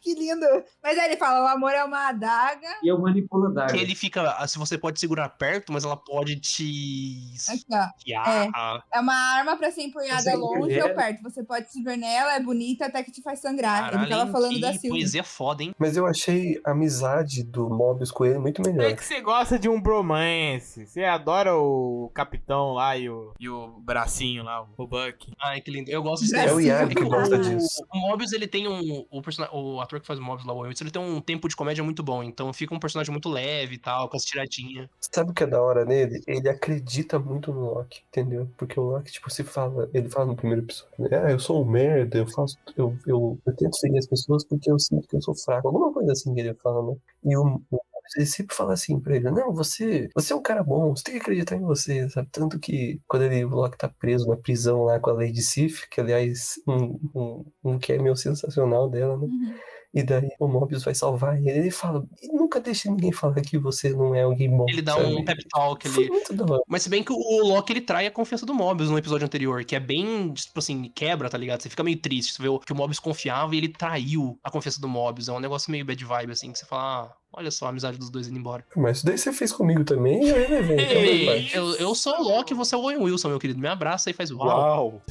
que lindo! Mas aí ele fala: o amor é uma adaga. E eu manipulo a tá daga. Que ele fica. ah, Se você pode segurar perto, mas ela pode te. Aqui, ó. esquiar. É uma arma pra ser empunhada é Essa longe ideia- ou perto. Você pode se ver nela, é bonita até que te faz sangrar. Ah, ele Caralho, tava falando que da Silvia. poesia é foda, hein? Mas eu achei a amizade do Mobius com ele muito É melhor. que você gosta de um bromance. Você adora o capitão lá e o. E o bracinho lá, o Buck. Ai, que lindo. Eu gosto disso. É o Iago É que o- gosta disso. O Mobius, ele tem um. O, persona- o ator que faz o Mobius lá, o Will, ele tem um tempo de comédia muito bom. Então fica um personagem muito leve e tal, com as tiradinhas. Sabe o que é da hora nele? Ele acredita muito no Loki, entendeu? Porque o Loki, tipo, se fala, ele fala no primeiro episódio, né? Ah, eu sou um merda, eu faço, eu, eu, eu tento seguir as pessoas porque eu sinto que eu sou fraco. Alguma coisa assim que ele fala, né? E o, o ele sempre fala assim pra ele, não, você, você é um cara bom, você tem que acreditar em você, sabe? Tanto que quando ele, o Loki tá preso na prisão lá com a Lady Sif, que aliás, um, um, um cameo sensacional dela, né? Uhum. E daí o Mobius vai salvar ele. Ele fala, "E nunca deixe ninguém falar que você não é alguém bom. Ele dá um sabe? pep talk Foi ali. muito da hora. Mas se bem que o Loki ele trai a confiança do Mobius no episódio anterior, que é bem, tipo assim, quebra, tá ligado? Você fica meio triste, você vê o- que o Mobius confiava e ele traiu a confiança do Mobius. É um negócio meio bad vibe, assim, que você fala, ah, olha só a amizade dos dois indo embora. Mas isso daí você fez comigo também, e aí vai ver. então, Ei, vai. Isso! Eu, eu sou o Loki e você é o Owen Wilson, meu querido. Me abraça e faz uau. Uau!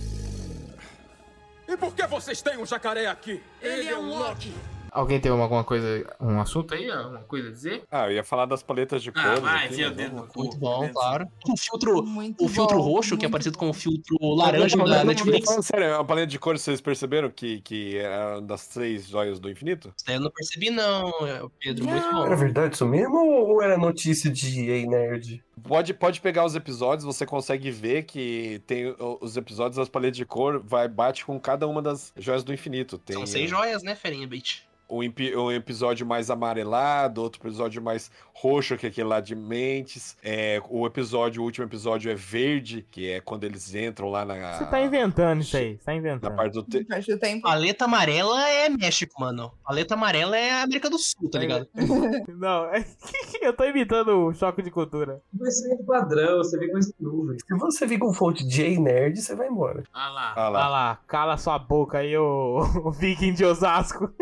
E por que vocês têm um jacaré aqui? Ele é um Loki. Alguém tem alguma coisa, um assunto aí? Alguma coisa a dizer? Ah, eu ia falar das paletas de Ah, cores. vai, aqui, enfia o mas dedo vamos- no cu. Muito bom, beleza. claro. O filtro, Muito o filtro bom, roxo, que é muito parecido bom. com o filtro laranja da Netflix. Falando Sério, a paleta de cores, vocês perceberam que, que era das seis joias do infinito? Isso aí né? eu não percebi, não, é, Pedro. Muito Era bom. verdade isso mesmo ou era notícia de Ei Nerd? Pode, pode pegar os episódios, você consegue ver que tem o- os episódios das paletas de cor, vai, bate com cada uma das joias do infinito. Tem São seis eh, joias, né, Ferinha Beach? um, empi- um episódio mais amarelado, outro episódio mais roxo, que é aquele lá de Mentes. É, o episódio, o último episódio é verde, que é quando eles entram lá na. Você tá inventando Ah, isso aí, você tá Na inventando. parte do. Te... Parte do tempo. Paleta amarela é México, mano. Paleta amarela é América do Sul, tá ligado? Não, [LAUGHS] é eu tô imitando o choque de cultura. Conhecimento padrão, você vê coisa de nuvem. Se você vir com fonte de Ei Nerd, você vai embora. Ah lá. Ah Olha lá. lá, cala sua boca aí, ô, o viking de Osasco.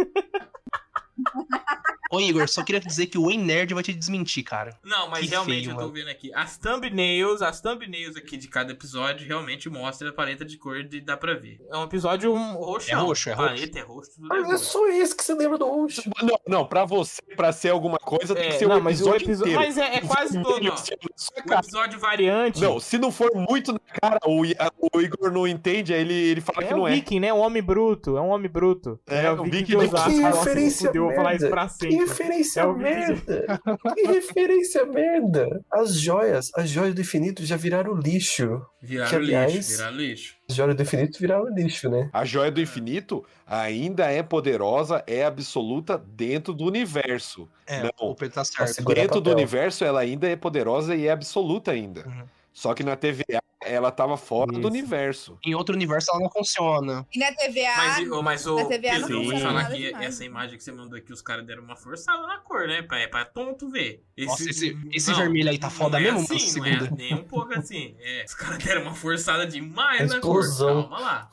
Ô, Igor, só queria dizer que o Ei Nerd vai te desmentir, cara. Não, mas Que realmente feio, eu tô mano. vendo aqui. As thumbnails, as thumbnails aqui de cada episódio realmente mostra a paleta de cor e dá pra ver. É um episódio um- Roxo, É roxo, é roxo. Paleta é roxo, tudo é Mas é roxo. só isso que você lembra do roxo. Não, não, pra você, pra ser alguma coisa, tem que É, ser não, um mas o episódio episódio- inteiro. mas é- é quase todo, Vermelho, ó. assim, na sua O cara. episódio varia. variante. Não, se não for muito na cara, o, I- a- o Igor não entende, aí ele, ele fala é que o não é. viking, né? O homem bruto. É um homem bruto. É, o o viking viking de de- Osasco. Que Nossa, referência fudeu, eu vou falar isso pra Que sempre. referência É o vídeo de- merda! Que referência merda! As joias, as joias do infinito já viraram lixo. Que, Viraram aliás, lixo, viraram lixo. As joias do infinito viraram lixo, né? A joia do infinito ainda é poderosa, é absoluta dentro do universo. É, Não. o Pedro tá Tá certo. segurando Dentro do papel. universo, ela ainda é poderosa e é absoluta ainda. Uhum. Só que na TVA, ela tava fora Isso. do universo. Em outro universo ela não funciona. E na TVA. Mas, e- ô, Ah, mas o na TVA não Pedro, eu vou te funciona falar nada é que demais. essa imagem que você mandou aqui, os caras deram uma forçada na cor, né? Pra, é pra tonto ver. Nossa, esse, esse não, vermelho aí tá foda não é mesmo, mano, assim, não é segunda. nem um pouco [LAUGHS] assim. É, os caras deram uma forçada demais Explosão. na cor. Calma lá.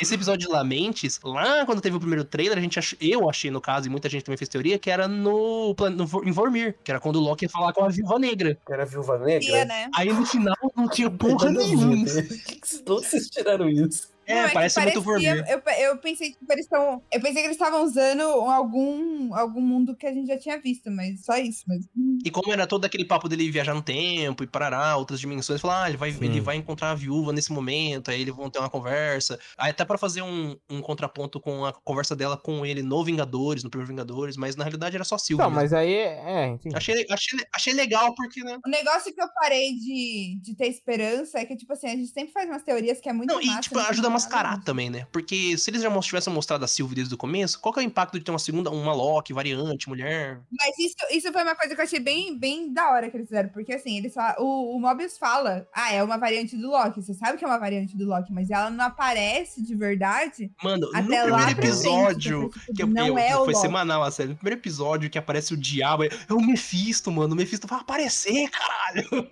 Esse episódio de Lamentes, lá quando teve o primeiro trailer, a gente ach... eu achei, no caso, e muita gente também fez teoria, que era no, plan- no Vor- em Vormir, que era quando o Loki ia falar com a Viúva Negra. Era a viúva Ia, negra. né? Aí no final não tinha porra Nada a ver, nenhuma. né? [LAUGHS] Que que se- de onde vocês tiraram isso? É, Não, que parece muito parecia- Vormir. Eu, pe- eu pensei tipo, eles estão. Eu pensei que eles estavam usando algum, algum mundo que a gente já tinha visto, mas só isso. Mas... E como era todo aquele papo dele viajar no tempo e parará, outras dimensões, falar, ah, ele vai, Sim. ele vai encontrar a viúva nesse momento, aí eles vão ter uma conversa. Aí até pra fazer um, um contraponto com a conversa dela com ele no Vingadores, no primeiro Vingadores, mas na realidade era só Silvia. Não, mesmo. Tá, mas aí é. é, enfim. achei, achei, achei legal, porque, né? O negócio que eu parei de, de ter esperança é que, tipo assim, a gente sempre faz umas teorias que é muito. Não, e massa, tipo, não tem ajuda a nada. mascarar também, né? Porque se eles já mos- tivessem mostrado a Sylvie desde o começo, qual que é o impacto de ter uma segunda, uma Loki, variante, mulher? Mas isso, isso foi uma coisa que eu achei bem, bem da hora que eles fizeram, porque assim, eles falam, o, o Mobius fala, ah, é uma variante do Loki, você sabe que é uma variante do Loki, mas ela não aparece de verdade Mano, no até lá primeiro pra frente, episódio. então, tipo, Que eu- eu- assim, não é o foi Loki. semanal a série. No primeiro episódio que aparece o diabo, é é o Mephisto, mano. O Mephisto vai aparecer, caralho.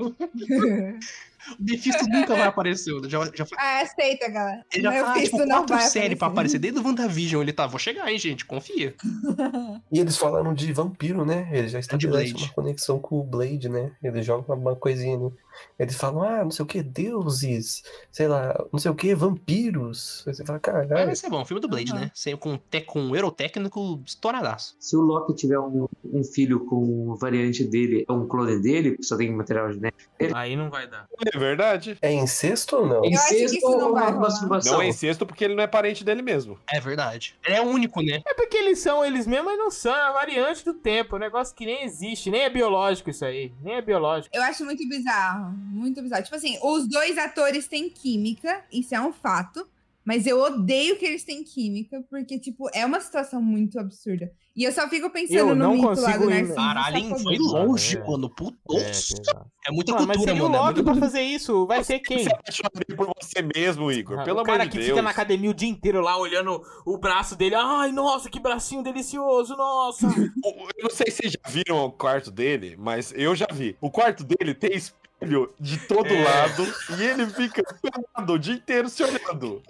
O Mephisto nunca vai aparecer. né? Já, já, foi- [LAUGHS] ah, aceita, galera. ele já Meu tá, Mephisto tipo, não quatro vai séries pra aparecer. aparecer. Desde o WandaVision ele tá, vou chegar, hein, gente, confia. E eles falaram de vampiro, né? Eles já estabelecem Blade. uma conexão com o Blade, né? Eles jogam uma coisinha ali. Eles falam, ah, não sei o que, deuses, sei lá, não sei o que, vampiros. Aí você fala, Ah, É. Mas caralho, vai ser bom, filme do Blade, Aham. né? Sem, com, te, com um eurotécnico estouradaço. Se o Loki tiver um, um filho com variante dele, ou um clone dele, que só tem material genético, Aí Não não. vai dar. É verdade. é incesto [LAUGHS] ou não? Eu acho que isso não ou vai uma rolar. masturbação? Não é incesto porque ele não é parente dele mesmo. É verdade. Ele é único, né? É porque eles são eles mesmos, mas não são. É a variante do tempo. Um negócio que nem existe. Nem é biológico isso aí. Nem é biológico. Eu acho muito bizarro, muito bizarro. Tipo assim, os dois atores têm química, isso é um fato. Mas eu odeio que eles têm química, porque, tipo, é uma situação muito absurda. E eu só fico pensando Eu no não mito lá consigo do im- Narciso. Caralho, hein? safadão. Foi longe, É. mano. Puto. exato. É muita Mano, mas cultura, seria o mano. é Loki muita pra fazer isso. Vai ser quem? Você apaixonado por você mesmo, Igor. Ah, Pelo o cara amor de que Deus. fica na academia o dia inteiro lá olhando o braço dele. Ai, nossa, que bracinho delicioso, nossa. O- Eu não sei se vocês já viram o quarto dele, mas eu já vi. O quarto dele tem espelho de todo É. lado e ele fica pelado o dia inteiro se olhando.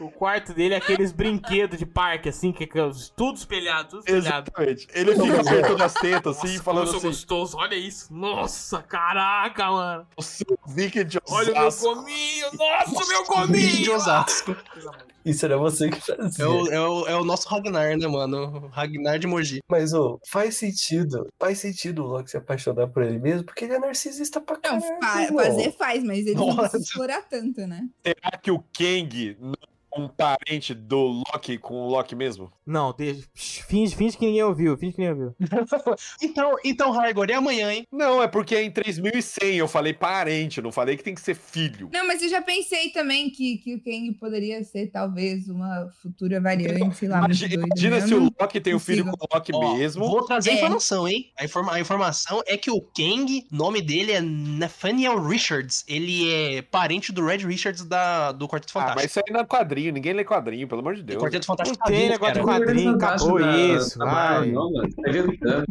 o quarto dele é aqueles brinquedos de parque, assim, que, que os- tudo espelhado, tudo espelhado. Exatamente. Ele fica apertando as tetas assim e Nossa, falando como eu sou assim: gostoso, olha isso. Nossa, caraca, mano. o seu Vicky de Olha o meu Osasco." gominho, nossa, o meu cultura gominho. de Osasco. Isso era você que fazia. É o, é, o, é o nosso Ragnar, né, mano? O Ragnar de Mogi. Mas, ô, faz sentido. Faz sentido o Loki se apaixonar por ele mesmo, porque ele é narcisista pra Não, caralho. fa- irmão. fazer faz, mas ele não Nossa. precisa explorar tanto, né? Será que o Kang não é um parente do Loki com o Loki mesmo? Não, deixa- finge, finge que ninguém ouviu, finge que ninguém ouviu. Então, então Hargor, é amanhã, hein? Não, é porque em 3100 eu falei parente, não falei que tem que ser filho. Não, mas eu já pensei também que, que o Kang poderia ser talvez uma futura variante, sei lá, Imagi- muito doida, Imagina né? Eu se não- o Loki tem o filho com consigo. o Loki Ó, mesmo. Vou trazer a É. informação, hein? A, informa- a informação é que o Kang, nome dele é Nathaniel Richards. Ele é parente do Red Richards da, do Ah, Quarteto mas Fantástico. isso aí não é quadrinho, ninguém lê quadrinho, pelo amor de O Deus. Quarteto Não Fantástico tá tem vivo, negócio de cara. quadrinho, Fantástico acabou da- isso. da Marvel, vai. Ah, não, mano. Tá inventando.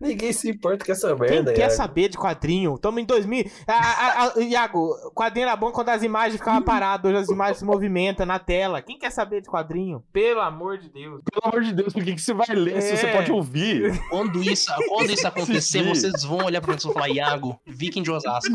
Ninguém se importa com essa Quem merda, é. quer é. Iago. saber de quadrinho? Tamo em 2000. Ah, ah, ah, Iago, quadrinho era bom quando as imagens ficavam paradas, hoje as imagens se movimentam na tela. Quem quer saber de quadrinho? Pelo amor de Deus. Pelo amor de Deus, por que, que você vai ler se você É. pode ouvir? [LAUGHS] Quando isso, quando isso acontecer, Sim. vocês vão olhar pra pessoa e falar, Iago, Viking de Osasco.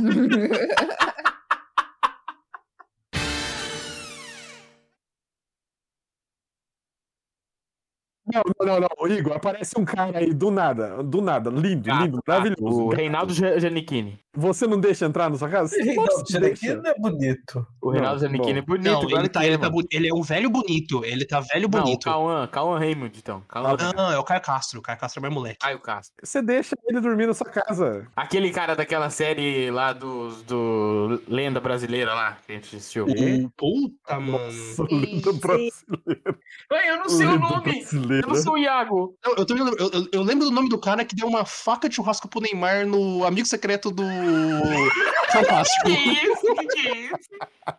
Não, não, não, não. Igor, aparece um cara aí do nada, do nada, lindo, lindo, maravilhoso. Ah, tá. O Reinaldo Ja- Giannichini. Você não deixa entrar na sua casa? Ei, Nossa, Não, tira aqui não é bonito. O Reinaldo Não, Giannichini é bonito. Não, claro ele, tá, que é, ele, tá, mano. bu- ele é um velho bonito. Ele tá velho Não, o bonito. Cauã, Cauã Raymond, então. Cauã. Não, é o Caio Castro. O Caio Castro é mais moleque. Caio Castro. Você deixa ele dormir na sua casa. Aquele cara daquela série lá do, do Lenda Brasileira lá, que a gente assistiu. O- Puta, mano. Lenda brasileira. Ué, eu não sei o Lenda nome. brasileira. o Iago. Eu, eu, tô lembrando- eu- eu- eu lembro do nome do cara que deu uma faca de churrasco pro Neymar no Amigo Secreto do Fantástico. Que isso? Que que é isso?